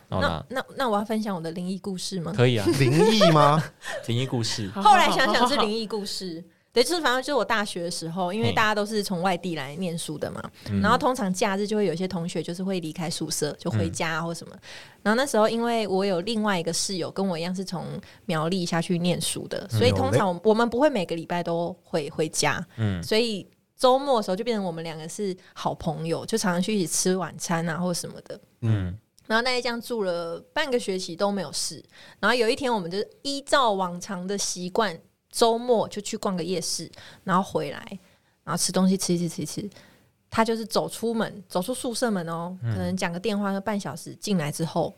Speaker 2: 然后
Speaker 4: 那
Speaker 2: 呢？
Speaker 4: 那那我要分享我的灵异故事吗？
Speaker 2: 可以啊，
Speaker 1: 灵异吗？
Speaker 2: 灵异故事。
Speaker 4: 后来想想是灵异故事。对，就是反正就是我大学的时候，因为
Speaker 2: 嘿
Speaker 4: 大家都是从外地来念书的嘛，然后通常假日就会有一些同学就是会离开宿舍就回家啊或什么。然后那时候因为我有另外一个室友跟我一样是从苗栗下去念书的，所以通常我们我们不会每个礼拜都回回家，
Speaker 2: 嗯
Speaker 4: 所以周末的时候就变成我们两个是好朋友，就常常去一起吃晚餐啊或什么的。
Speaker 2: 嗯
Speaker 4: 然后那一样住了半个学期都没有事，然后有一天我们就是依照往常的习惯，周末就去逛个夜市，然后回来，然后吃东西吃一吃吃一吃。他就是走出门，走出宿舍门哦，可能讲个电话，那半小时进来之后，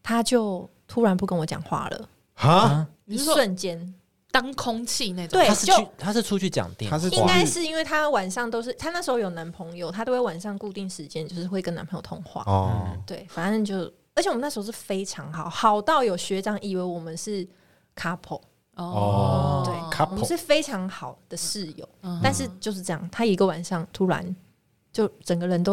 Speaker 4: 他就突然不跟我讲话了，
Speaker 1: 啊，
Speaker 2: 啊，
Speaker 3: 你是说
Speaker 4: 瞬间
Speaker 3: 当空气那种？
Speaker 4: 对
Speaker 2: 他是
Speaker 4: 就
Speaker 2: 去他是出去讲电
Speaker 1: 他
Speaker 2: 话，
Speaker 1: 是
Speaker 4: 应该是因为他晚上都是他那时候有男朋友，他都会晚上固定时间就是会跟男朋友通话，
Speaker 1: 哦，
Speaker 4: 对，反正就，而且我们那时候是非常好，好到有学长以为我们是 couple，
Speaker 1: 哦
Speaker 4: 对我们
Speaker 1: couple
Speaker 4: 是非常好的室友，
Speaker 3: 嗯
Speaker 4: 但是就是这样，他一个晚上突然就整个人都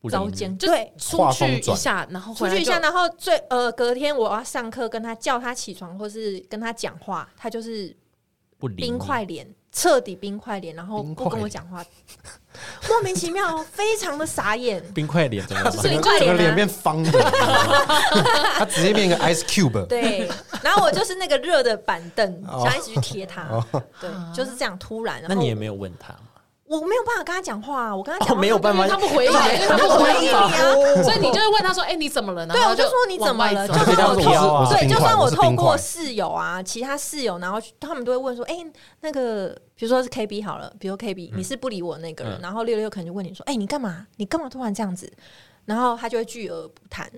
Speaker 2: 不理
Speaker 4: 遭
Speaker 2: 你
Speaker 4: 奸，
Speaker 3: 就是
Speaker 4: 对。
Speaker 3: 出
Speaker 1: 画
Speaker 3: 去
Speaker 1: 风
Speaker 3: 一
Speaker 1: 转
Speaker 3: 下，然后
Speaker 4: 出
Speaker 3: 回来
Speaker 4: 去一
Speaker 3: 就
Speaker 4: 下，然后最呃隔天我要上课，跟他叫他起床，或是跟他讲话，他就是
Speaker 2: 不理你
Speaker 4: 冰块脸，彻底冰块脸，然后
Speaker 1: 冰
Speaker 4: 不
Speaker 1: 块
Speaker 4: 跟我
Speaker 1: 脸
Speaker 4: 讲话， 莫名其妙，哦非常的傻眼。
Speaker 2: 冰块脸 怎么了吗？
Speaker 3: 是
Speaker 1: 整个
Speaker 4: 冰块
Speaker 1: 整
Speaker 4: 脸
Speaker 1: 个
Speaker 4: 啊
Speaker 1: 脸变方的，他直接变一个 ice cube，
Speaker 4: 对，然后我就是那个热的板凳，
Speaker 1: 哦
Speaker 4: 想要一直去贴他，对，
Speaker 3: 哦
Speaker 4: 就是这样突然。然
Speaker 2: 那
Speaker 4: 后
Speaker 2: 你也没有问他吗？
Speaker 4: 我没有办法跟他讲话、啊，我跟他讲话、
Speaker 2: 哦，没有办
Speaker 3: 因
Speaker 2: 法
Speaker 3: 为，他不回应，因为他
Speaker 4: 他
Speaker 3: 不
Speaker 4: 不
Speaker 3: 回
Speaker 4: 回
Speaker 3: 应
Speaker 4: 应你啊。
Speaker 3: 所以你就会问他说：“哎、你怎么了？”然
Speaker 4: 对，
Speaker 3: 后
Speaker 4: 我就说你怎么了？
Speaker 3: 往
Speaker 4: 就
Speaker 3: 外走
Speaker 1: 这样
Speaker 4: 算我
Speaker 1: 子
Speaker 4: 透
Speaker 2: 我
Speaker 1: 是我是
Speaker 4: 对，
Speaker 1: 冰
Speaker 4: 就
Speaker 1: 块
Speaker 4: 算
Speaker 1: 我是
Speaker 4: 透
Speaker 1: 冰
Speaker 4: 过
Speaker 1: 块
Speaker 4: 室友啊，其他室友，然后他们都会问说：“哎、那个，比如说是 KB 好了，比如 KB，、你是不理我那个人，
Speaker 2: 嗯
Speaker 4: 然后六六可能就问你说：‘哎、你干嘛？你干嘛突然这样子？’然后他就会拒而不谈，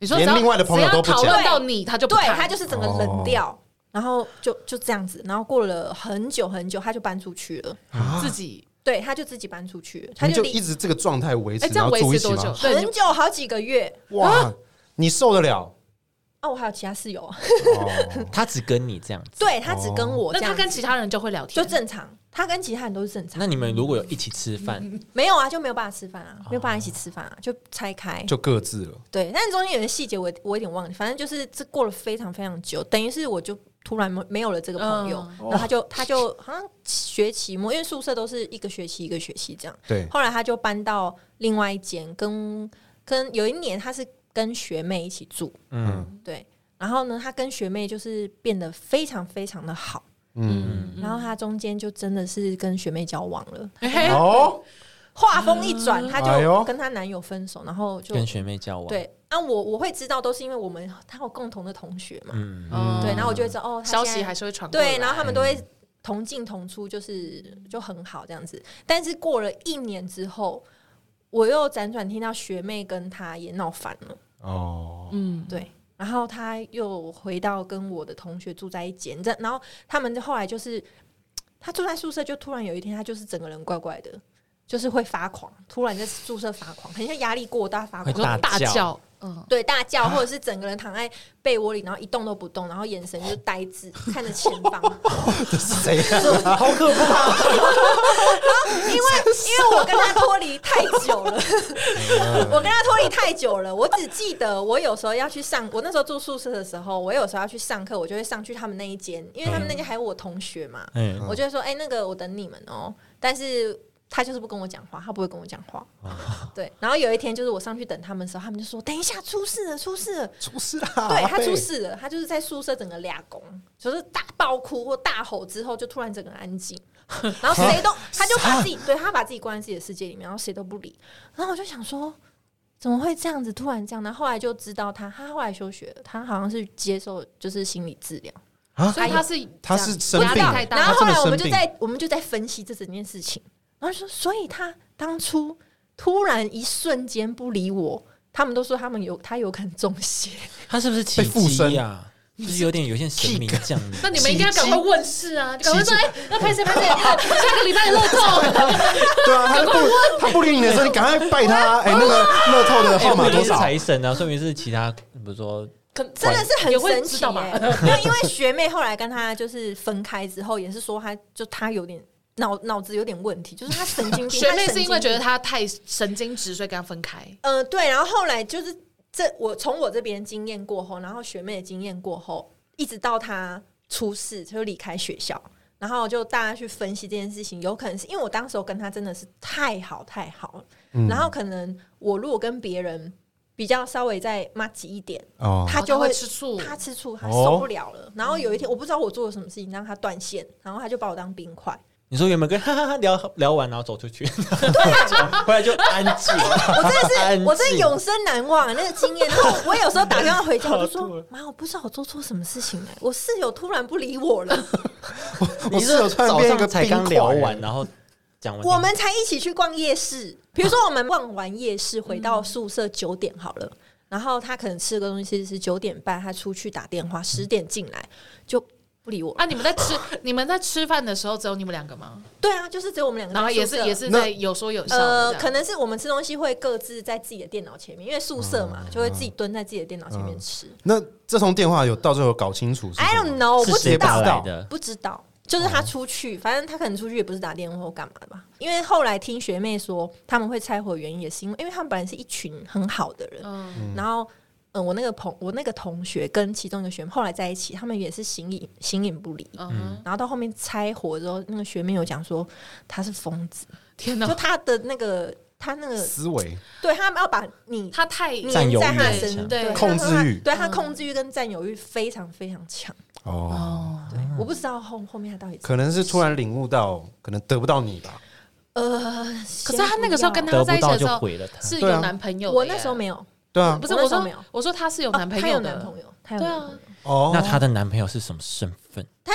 Speaker 3: 你说
Speaker 1: 连
Speaker 3: 只要
Speaker 1: 另外的朋友都不
Speaker 3: 只要讨论
Speaker 4: 讲
Speaker 3: 到你，他就不
Speaker 4: 对
Speaker 3: 看
Speaker 4: 他就是整个冷
Speaker 1: 哦
Speaker 4: 掉，然后就就这样子，然后过了很久很久，他就搬出去了。”
Speaker 3: 啊自己
Speaker 4: 对，他就自己搬出去了，他
Speaker 1: 啊你就
Speaker 4: 离
Speaker 1: 一直这个状态维持
Speaker 3: 哎，，这
Speaker 1: 然
Speaker 3: 样
Speaker 1: 后
Speaker 3: 维
Speaker 1: 住一
Speaker 3: 持
Speaker 1: 起
Speaker 3: 多久
Speaker 1: 吗？？
Speaker 3: 对，你
Speaker 4: 很久，好几个月。
Speaker 1: 哇，你受得了？
Speaker 4: 哦，我还有其他室友，
Speaker 1: 哦，
Speaker 2: 他只跟你这样子。
Speaker 4: 对他只跟我
Speaker 3: 哦那
Speaker 4: 这样
Speaker 3: 他
Speaker 4: 子，
Speaker 3: 跟其他人就会聊天，
Speaker 4: 就正常，他跟其他人都是正常。
Speaker 2: 那你们如果有一起吃饭，
Speaker 4: 没有啊，就没有办法吃饭啊，没有办法一起吃饭啊，就拆开。
Speaker 1: 哦就各自了。
Speaker 4: 对，但中间有些细节我我有点忘了，反正就是这过了非常非常久，等于是我就突然没没有了这个朋
Speaker 3: 嗯
Speaker 4: 友，然后他
Speaker 1: 哦
Speaker 4: 就他就好像学期末，因为宿舍都是一个学期一个学期这样，
Speaker 1: 对，
Speaker 4: 后来他就搬到另外一间，跟跟有一年他是跟学妹一起住，
Speaker 2: 嗯，
Speaker 4: 对，然后呢，他跟学妹就是变得非常非常的好，
Speaker 1: 嗯，
Speaker 4: 然后他中间就真的是跟学妹交往了，
Speaker 3: 哎
Speaker 1: 哦，
Speaker 4: 话锋一转，他
Speaker 1: 哎
Speaker 4: 就
Speaker 1: 呦
Speaker 4: 跟她男友分手，然后就
Speaker 2: 跟学妹交往，，
Speaker 4: 对啊，我我会知道都是因为我们他有共同的同学嘛，
Speaker 2: 嗯，
Speaker 3: 嗯
Speaker 4: 对，然后我就会知道哦，他
Speaker 3: 消
Speaker 4: 现
Speaker 3: 息
Speaker 4: 在
Speaker 3: 还是会传过来
Speaker 4: 对，然后他们都会同进同出，就是就很好这样子。但是过了一年之后，我又辗转听到学妹跟他也闹翻了，
Speaker 1: 哦，
Speaker 3: 嗯，
Speaker 4: 对，然后他又回到跟我的同学住在一间，这然后他们后来就是。他住在宿舍，就突然有一天，他就是整个人怪怪的，就是会发狂，突然在宿舍发狂，很像压力过大发
Speaker 2: 会
Speaker 4: 狂，
Speaker 2: 大
Speaker 3: 大
Speaker 2: 叫
Speaker 3: 叫，嗯，
Speaker 4: 对，大叫，或者是整个人躺在被窝里，然后一动都不动，然后眼神就呆滞，看着前方。
Speaker 1: 这是谁啊？
Speaker 2: 好可怕！
Speaker 4: 因为因为我跟他脱离太久了，我跟他脱离太久了，我只记得我有时候要去上，我那时候住宿舍的时候，我有时候要去上课，我就会上去他们那一间，因为他们那间还有我同学嘛，
Speaker 2: 嗯，
Speaker 4: 我就会说，哎、那个我等你们哦、但是。他就是不跟我讲话，他不会跟我讲话。对，然后有一天就是我上去等他们的时候，他们就说：“等一下，出事了，出事了。”
Speaker 1: 出事啦！
Speaker 4: 对他
Speaker 1: 被
Speaker 4: 出事了，他就是在宿舍整个俩拱，就是大爆哭或大吼之后，就突然整个安 静，然后谁都他就把自己对他把自己关在自己的世界里面，然后谁都不理。然后我就想说，怎么会这样子？突然这样？然后后来就知道他，他后来休学了，他好像是接受就是心理治疗。
Speaker 1: 啊
Speaker 3: 所以他是
Speaker 1: 他是生病
Speaker 3: 压力太
Speaker 1: 他
Speaker 4: 然
Speaker 3: 大
Speaker 4: 后
Speaker 1: 真的
Speaker 4: 后来我
Speaker 1: 生
Speaker 4: 们就
Speaker 1: 病
Speaker 4: 在我们就在分析这整件事情，然后就说，所以他当初突然一瞬间不理我，他们都说他们有他有可能中邪。
Speaker 2: 他是不是奇
Speaker 1: 被附身
Speaker 2: 迹啊？就是有点有些神明降临。
Speaker 3: 那你们应该赶快问世啊！赶快说，
Speaker 1: 奇
Speaker 3: 哎，要拍谁拍 谁？下个礼拜的乐透，
Speaker 1: 对啊，他不他不理你的时候，你赶快拜他。哎，那个乐透的
Speaker 2: 哎
Speaker 1: 号码多
Speaker 2: 说明是
Speaker 1: 少？
Speaker 2: 财神啊，说明是其他，比如说
Speaker 3: 可
Speaker 4: 真的是
Speaker 3: 也
Speaker 4: 很
Speaker 3: 会
Speaker 4: 神
Speaker 3: 知
Speaker 4: 奇、
Speaker 3: 道吧
Speaker 4: 欸。 因为因为学妹后来跟他就是分开之后，也是说他就他有点脑脑子有点问题，就是他神 经病。
Speaker 3: 学
Speaker 4: 她
Speaker 3: 妹
Speaker 4: 神
Speaker 3: 是因
Speaker 4: 经
Speaker 3: 为觉得
Speaker 4: 病
Speaker 3: 他太神经质，所以跟他分开。
Speaker 4: 呃对，然后后来就是这我从我这边经验过后，然后学妹的经验过后，一直到他出事就离开学校。然后就大家去分析这件事情，有可能是因为我当时我跟他真的是太好太好了，
Speaker 1: 嗯
Speaker 4: 然后可能我如果跟别人比较稍微再骂急一点，
Speaker 1: 哦，
Speaker 4: 他就
Speaker 3: 会
Speaker 4: 会
Speaker 3: 吃醋，
Speaker 4: 他吃醋，他
Speaker 1: 哦
Speaker 4: 受不了了。然后有一天，我不知道我做了什么事情让他断线，然后他就把我当 冰块。
Speaker 2: 你说原本跟哈哈哈聊聊完，然后走出去，回来就安静。
Speaker 4: 我真的
Speaker 2: 安
Speaker 4: 是，
Speaker 2: 静
Speaker 4: 我真的永生难忘、啊那个经验。然后我有时候打电话回 家，我就
Speaker 2: 吓到
Speaker 4: 说：“妈，我不知道我做错什么事情哎、我室友突然不理我了。
Speaker 1: 我室友突然
Speaker 2: 早
Speaker 1: 变一个
Speaker 2: 上才
Speaker 1: 冰
Speaker 2: 刚聊
Speaker 1: 块
Speaker 2: 完，然后讲完
Speaker 4: 我们才一起去逛夜市，比如说我们逛完夜市回到宿舍九点好了。”然后他可能吃个东西是九点半，他出去打电话，十点进来就不理我了。
Speaker 3: 啊！你们在吃你们在吃饭的时候只有你们两个吗？
Speaker 4: 对啊，就是只有我们两个在
Speaker 3: 然
Speaker 4: 宿
Speaker 3: 后
Speaker 4: 舍。
Speaker 3: 也是也是在有说有笑的这
Speaker 4: 呃，
Speaker 3: 样，
Speaker 4: 可能是我们吃东西会各自在自己的电脑前面，因为宿舍
Speaker 3: 嗯
Speaker 4: 嘛，就会自己蹲在自己的电脑前面吃。
Speaker 1: 那这通电话有到最后有搞清楚是
Speaker 4: I
Speaker 1: 什
Speaker 4: don't
Speaker 1: 么
Speaker 4: know，我
Speaker 2: 是
Speaker 4: 不
Speaker 2: 谁
Speaker 4: 知
Speaker 2: 打
Speaker 4: 道，
Speaker 2: 来的？
Speaker 4: 不知道。就是他出去，反正他可能出去也不是打电话或干嘛的吧。因为后来听学妹说，他们会拆伙的原因也是因为，因为他们本来是一群很好的人，
Speaker 3: 嗯，
Speaker 4: 然后，嗯，我那个朋我那个同学跟其中一个学妹后来在一起，他们也是形影形影不离。
Speaker 3: 嗯哼，
Speaker 4: 然后到后面拆伙之后，那个学妹有讲说他是疯子，
Speaker 3: 天
Speaker 4: 就
Speaker 3: 哪，
Speaker 4: 他的那个他那个
Speaker 1: 思维
Speaker 4: 对他们要把你
Speaker 3: 他太
Speaker 4: 黏
Speaker 2: 占有
Speaker 4: 在他
Speaker 2: 欲很
Speaker 4: 身，
Speaker 2: 强
Speaker 4: 对
Speaker 1: 控制欲
Speaker 4: 对他
Speaker 3: 嗯
Speaker 4: 控制欲跟占有欲非常非常强。
Speaker 1: 哦，
Speaker 3: 哦，
Speaker 4: 对，我不知道后后面他到底
Speaker 1: 可能是突然领悟到，可能得不到你吧。
Speaker 4: 呃，
Speaker 3: 可是他那个时候跟他
Speaker 2: 得
Speaker 3: 在
Speaker 2: 不
Speaker 3: 一起
Speaker 2: 到
Speaker 3: 的
Speaker 2: 就
Speaker 3: 时候
Speaker 2: 毁了他。
Speaker 3: 是
Speaker 1: 对啊
Speaker 3: 有男朋友，
Speaker 4: 我那时候。没有，
Speaker 1: 对啊，
Speaker 3: 不是
Speaker 4: 我那
Speaker 3: 我
Speaker 4: 时候
Speaker 3: 说
Speaker 4: 没有，
Speaker 3: 我说他是有
Speaker 4: 有
Speaker 3: 男朋
Speaker 4: 他有
Speaker 3: 友
Speaker 4: 男
Speaker 3: 的
Speaker 4: 朋，友，他有
Speaker 3: 对
Speaker 4: 男朋
Speaker 3: 啊
Speaker 4: 友。，
Speaker 1: 哦，
Speaker 2: 那她的男朋友是什么身份？
Speaker 4: 但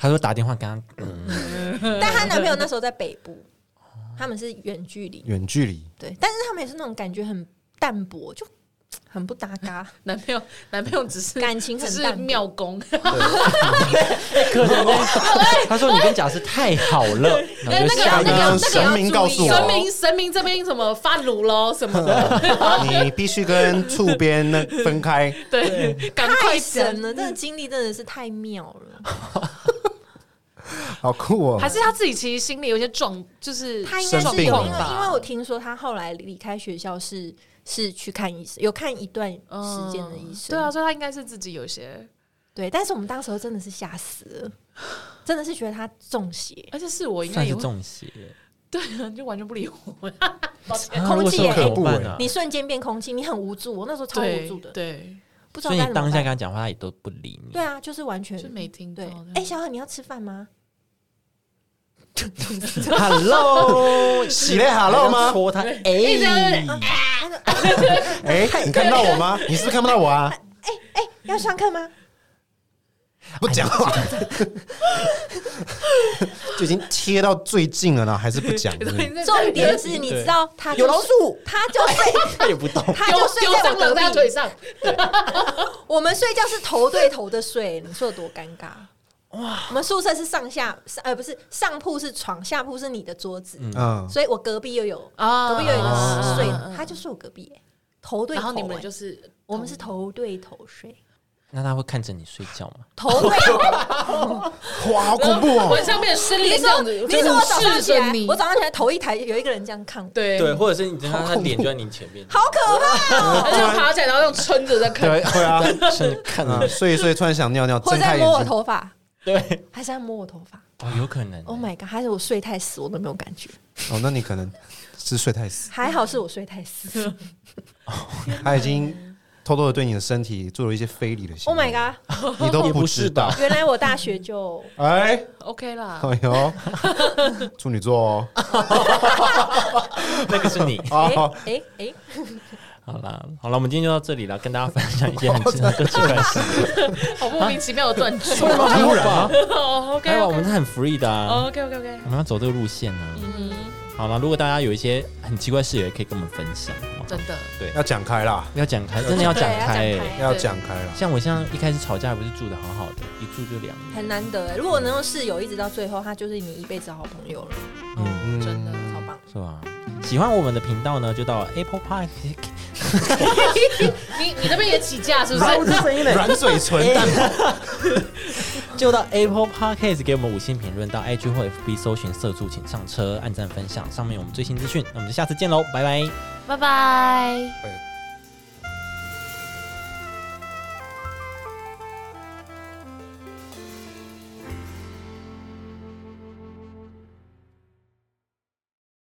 Speaker 2: 她说打电话跟他，嗯
Speaker 4: 但她男朋友那时候在北部，他们是远
Speaker 3: 哦
Speaker 4: 距离，
Speaker 1: 远距离
Speaker 4: 对，但是他们也是那种感觉很淡薄，就很不搭嘎，
Speaker 3: 男朋友男朋友只是
Speaker 4: 感情
Speaker 3: 只
Speaker 4: 很
Speaker 3: 是
Speaker 4: 淡薄。
Speaker 3: 妙公，
Speaker 2: 可能呢。她说你跟贾斯太好了，然
Speaker 3: 哎
Speaker 2: 后
Speaker 3: 那
Speaker 2: 就
Speaker 3: 个
Speaker 2: 下一
Speaker 3: 那个
Speaker 2: 个
Speaker 3: 那个
Speaker 1: 神明告诉
Speaker 3: 哦神
Speaker 1: 我，
Speaker 3: 明神明这边什么发炉喽什么的，
Speaker 1: 你必须跟厝边那分开。
Speaker 3: 对，赶快
Speaker 4: 太
Speaker 3: 神
Speaker 4: 神了，这个经历真的是太妙了。
Speaker 1: 好酷哦
Speaker 3: 还！是他自己其实心里有一些状，就是
Speaker 4: 他应该
Speaker 1: 生
Speaker 4: 是
Speaker 1: 病
Speaker 4: 有，因为
Speaker 1: 了
Speaker 4: 因
Speaker 3: 吧
Speaker 4: 为我听说他后来离开学校是是去看医生，有看一段时间的医生。
Speaker 3: 嗯对啊，所以他应该是自己有一些，
Speaker 4: 对，但是我们当时候真的是吓死了，真的是觉得他中邪，
Speaker 3: 而且是我应该
Speaker 2: 算
Speaker 3: 也
Speaker 2: 是
Speaker 3: 会，
Speaker 2: 中邪。
Speaker 3: 对啊，就完全不理我，
Speaker 2: 啊
Speaker 4: 空
Speaker 2: 如果
Speaker 4: 气
Speaker 2: 是我
Speaker 4: 也
Speaker 2: 怎么办
Speaker 1: 很恐怖
Speaker 2: 啊？
Speaker 4: 你瞬间变空气，你很无助。我那时候超无
Speaker 3: 对
Speaker 4: 助的，
Speaker 3: 对，
Speaker 4: 不知
Speaker 2: 所
Speaker 4: 道
Speaker 2: 以
Speaker 4: 该
Speaker 2: 你
Speaker 4: 怎
Speaker 2: 当
Speaker 4: 么
Speaker 2: 下跟
Speaker 4: 办。
Speaker 2: 他讲话，他也都不理你
Speaker 4: 对。啊，就是完全
Speaker 3: 就没听到
Speaker 4: 对
Speaker 3: 这样。。
Speaker 4: 哎、小何，你要吃饭吗？
Speaker 2: Hello，
Speaker 1: 洗嘞
Speaker 4: 哎
Speaker 1: Hello 吗？
Speaker 2: 戳他，
Speaker 3: 直在
Speaker 2: 哎，
Speaker 4: 他说啊
Speaker 1: 哎，你看到我吗？你是不是看不到我啊？
Speaker 4: 要上课吗？
Speaker 1: 不讲话，就已经贴到最近了，然后还是不讲。
Speaker 3: 对
Speaker 1: 对
Speaker 4: 哎重点 是，你知道他
Speaker 1: 有
Speaker 4: 就
Speaker 1: 老鼠，
Speaker 4: 他就睡，
Speaker 2: 他也不动。
Speaker 4: 他
Speaker 3: 丢
Speaker 4: 就睡
Speaker 3: 丢
Speaker 4: 在
Speaker 3: 蟑
Speaker 4: 我隔
Speaker 3: 螂在他腿
Speaker 4: 壁。
Speaker 3: 上，
Speaker 4: 我们睡觉是头对头的睡，你说有多尴尬？哇，我们宿舍是上下，上呃，不是上铺是床，下铺是你的桌子，
Speaker 1: 嗯，
Speaker 4: 所以我隔壁又有
Speaker 3: 啊
Speaker 4: 隔壁有一个
Speaker 1: 啊
Speaker 4: 十岁
Speaker 1: 啊
Speaker 4: 的，他就睡我隔壁耶，头对
Speaker 3: 然
Speaker 4: 头
Speaker 3: 后
Speaker 4: 耶。
Speaker 3: 你们就是
Speaker 4: 我们是头对头睡，
Speaker 2: 那他会看着你睡觉吗？
Speaker 4: 头对头。
Speaker 1: 哇，好恐怖
Speaker 3: 我
Speaker 1: 哦！
Speaker 3: 上面失
Speaker 4: 你
Speaker 3: 恋这
Speaker 4: 说
Speaker 3: 样子，
Speaker 4: 你说我早上
Speaker 3: 视
Speaker 4: 起
Speaker 3: 着
Speaker 4: 来
Speaker 3: 你，，
Speaker 4: 我早上起来头一抬，有一个人这样看我，
Speaker 3: 对
Speaker 2: 对，，或者是你看他脸就在你前面，
Speaker 4: 好可怕。
Speaker 3: 而且爬起来然后那种撑着在看，
Speaker 1: 对会啊，
Speaker 2: 甚至看着
Speaker 1: 嗯，
Speaker 2: 你。
Speaker 1: 睡一睡突然想尿尿，
Speaker 4: 或
Speaker 1: 睁
Speaker 4: 者在
Speaker 1: 开
Speaker 4: 摸我
Speaker 1: 眼睛，
Speaker 4: 头发，
Speaker 2: 对，
Speaker 4: 还是在摸我头发
Speaker 2: 哦，有可能。
Speaker 4: ？Oh my god！还是我睡太死，我都没有感 觉。
Speaker 1: 哦，那你可能是睡太死，
Speaker 4: 还好是我睡太死。
Speaker 1: 他已经偷偷的对你的身体做了一些非礼的行
Speaker 4: Oh
Speaker 1: 为
Speaker 4: my god！
Speaker 1: god，你都不知道，
Speaker 4: 原来我大学就
Speaker 1: 哎。
Speaker 3: ，OK 啦，
Speaker 1: 哎呦，处女座哦，
Speaker 2: 那个是你。
Speaker 4: 哎
Speaker 1: 哦，
Speaker 4: 哎哎，
Speaker 2: 好啦，好了，我们今天就到这里了，跟大家分享一 些很值得的奇怪的 事。
Speaker 3: 好莫名其妙的断句
Speaker 1: 突然啊，
Speaker 3: 哦，OK
Speaker 2: 哎还有，我
Speaker 3: OK
Speaker 2: 们是很 free 的啊，
Speaker 4: 哦
Speaker 3: OK OK OK，
Speaker 2: 我们要走这个路线呢。
Speaker 4: 嗯
Speaker 2: 好了，如果大家有一些很奇怪的事，也可以跟我们分享。好不好
Speaker 3: 真的，
Speaker 1: 要讲开啦，
Speaker 2: 要讲开，真的要讲开欸
Speaker 4: 对要讲。开
Speaker 1: 要讲开啦。
Speaker 2: 像我像一开始吵架不是住的好好的，一住就两年，
Speaker 4: 很难得哎。如果能用室友一直到最后，他就是你一辈子好朋友了，
Speaker 2: 嗯，
Speaker 1: 嗯
Speaker 3: 真的
Speaker 4: 超棒。
Speaker 2: 是吧？喜欢我们的频道呢，就到 Apple Park
Speaker 3: 你你那边也起价是不是？
Speaker 1: 软嘴
Speaker 2: 哎
Speaker 1: 唇，但
Speaker 2: 就到 Apple Podcast 给我们五星评论，到 IG 或 FB 搜寻“色助请上车”，按赞分享，上面有我们最新资讯。那我们就下次见喽，拜拜。
Speaker 3: 拜拜。
Speaker 1: 拜拜。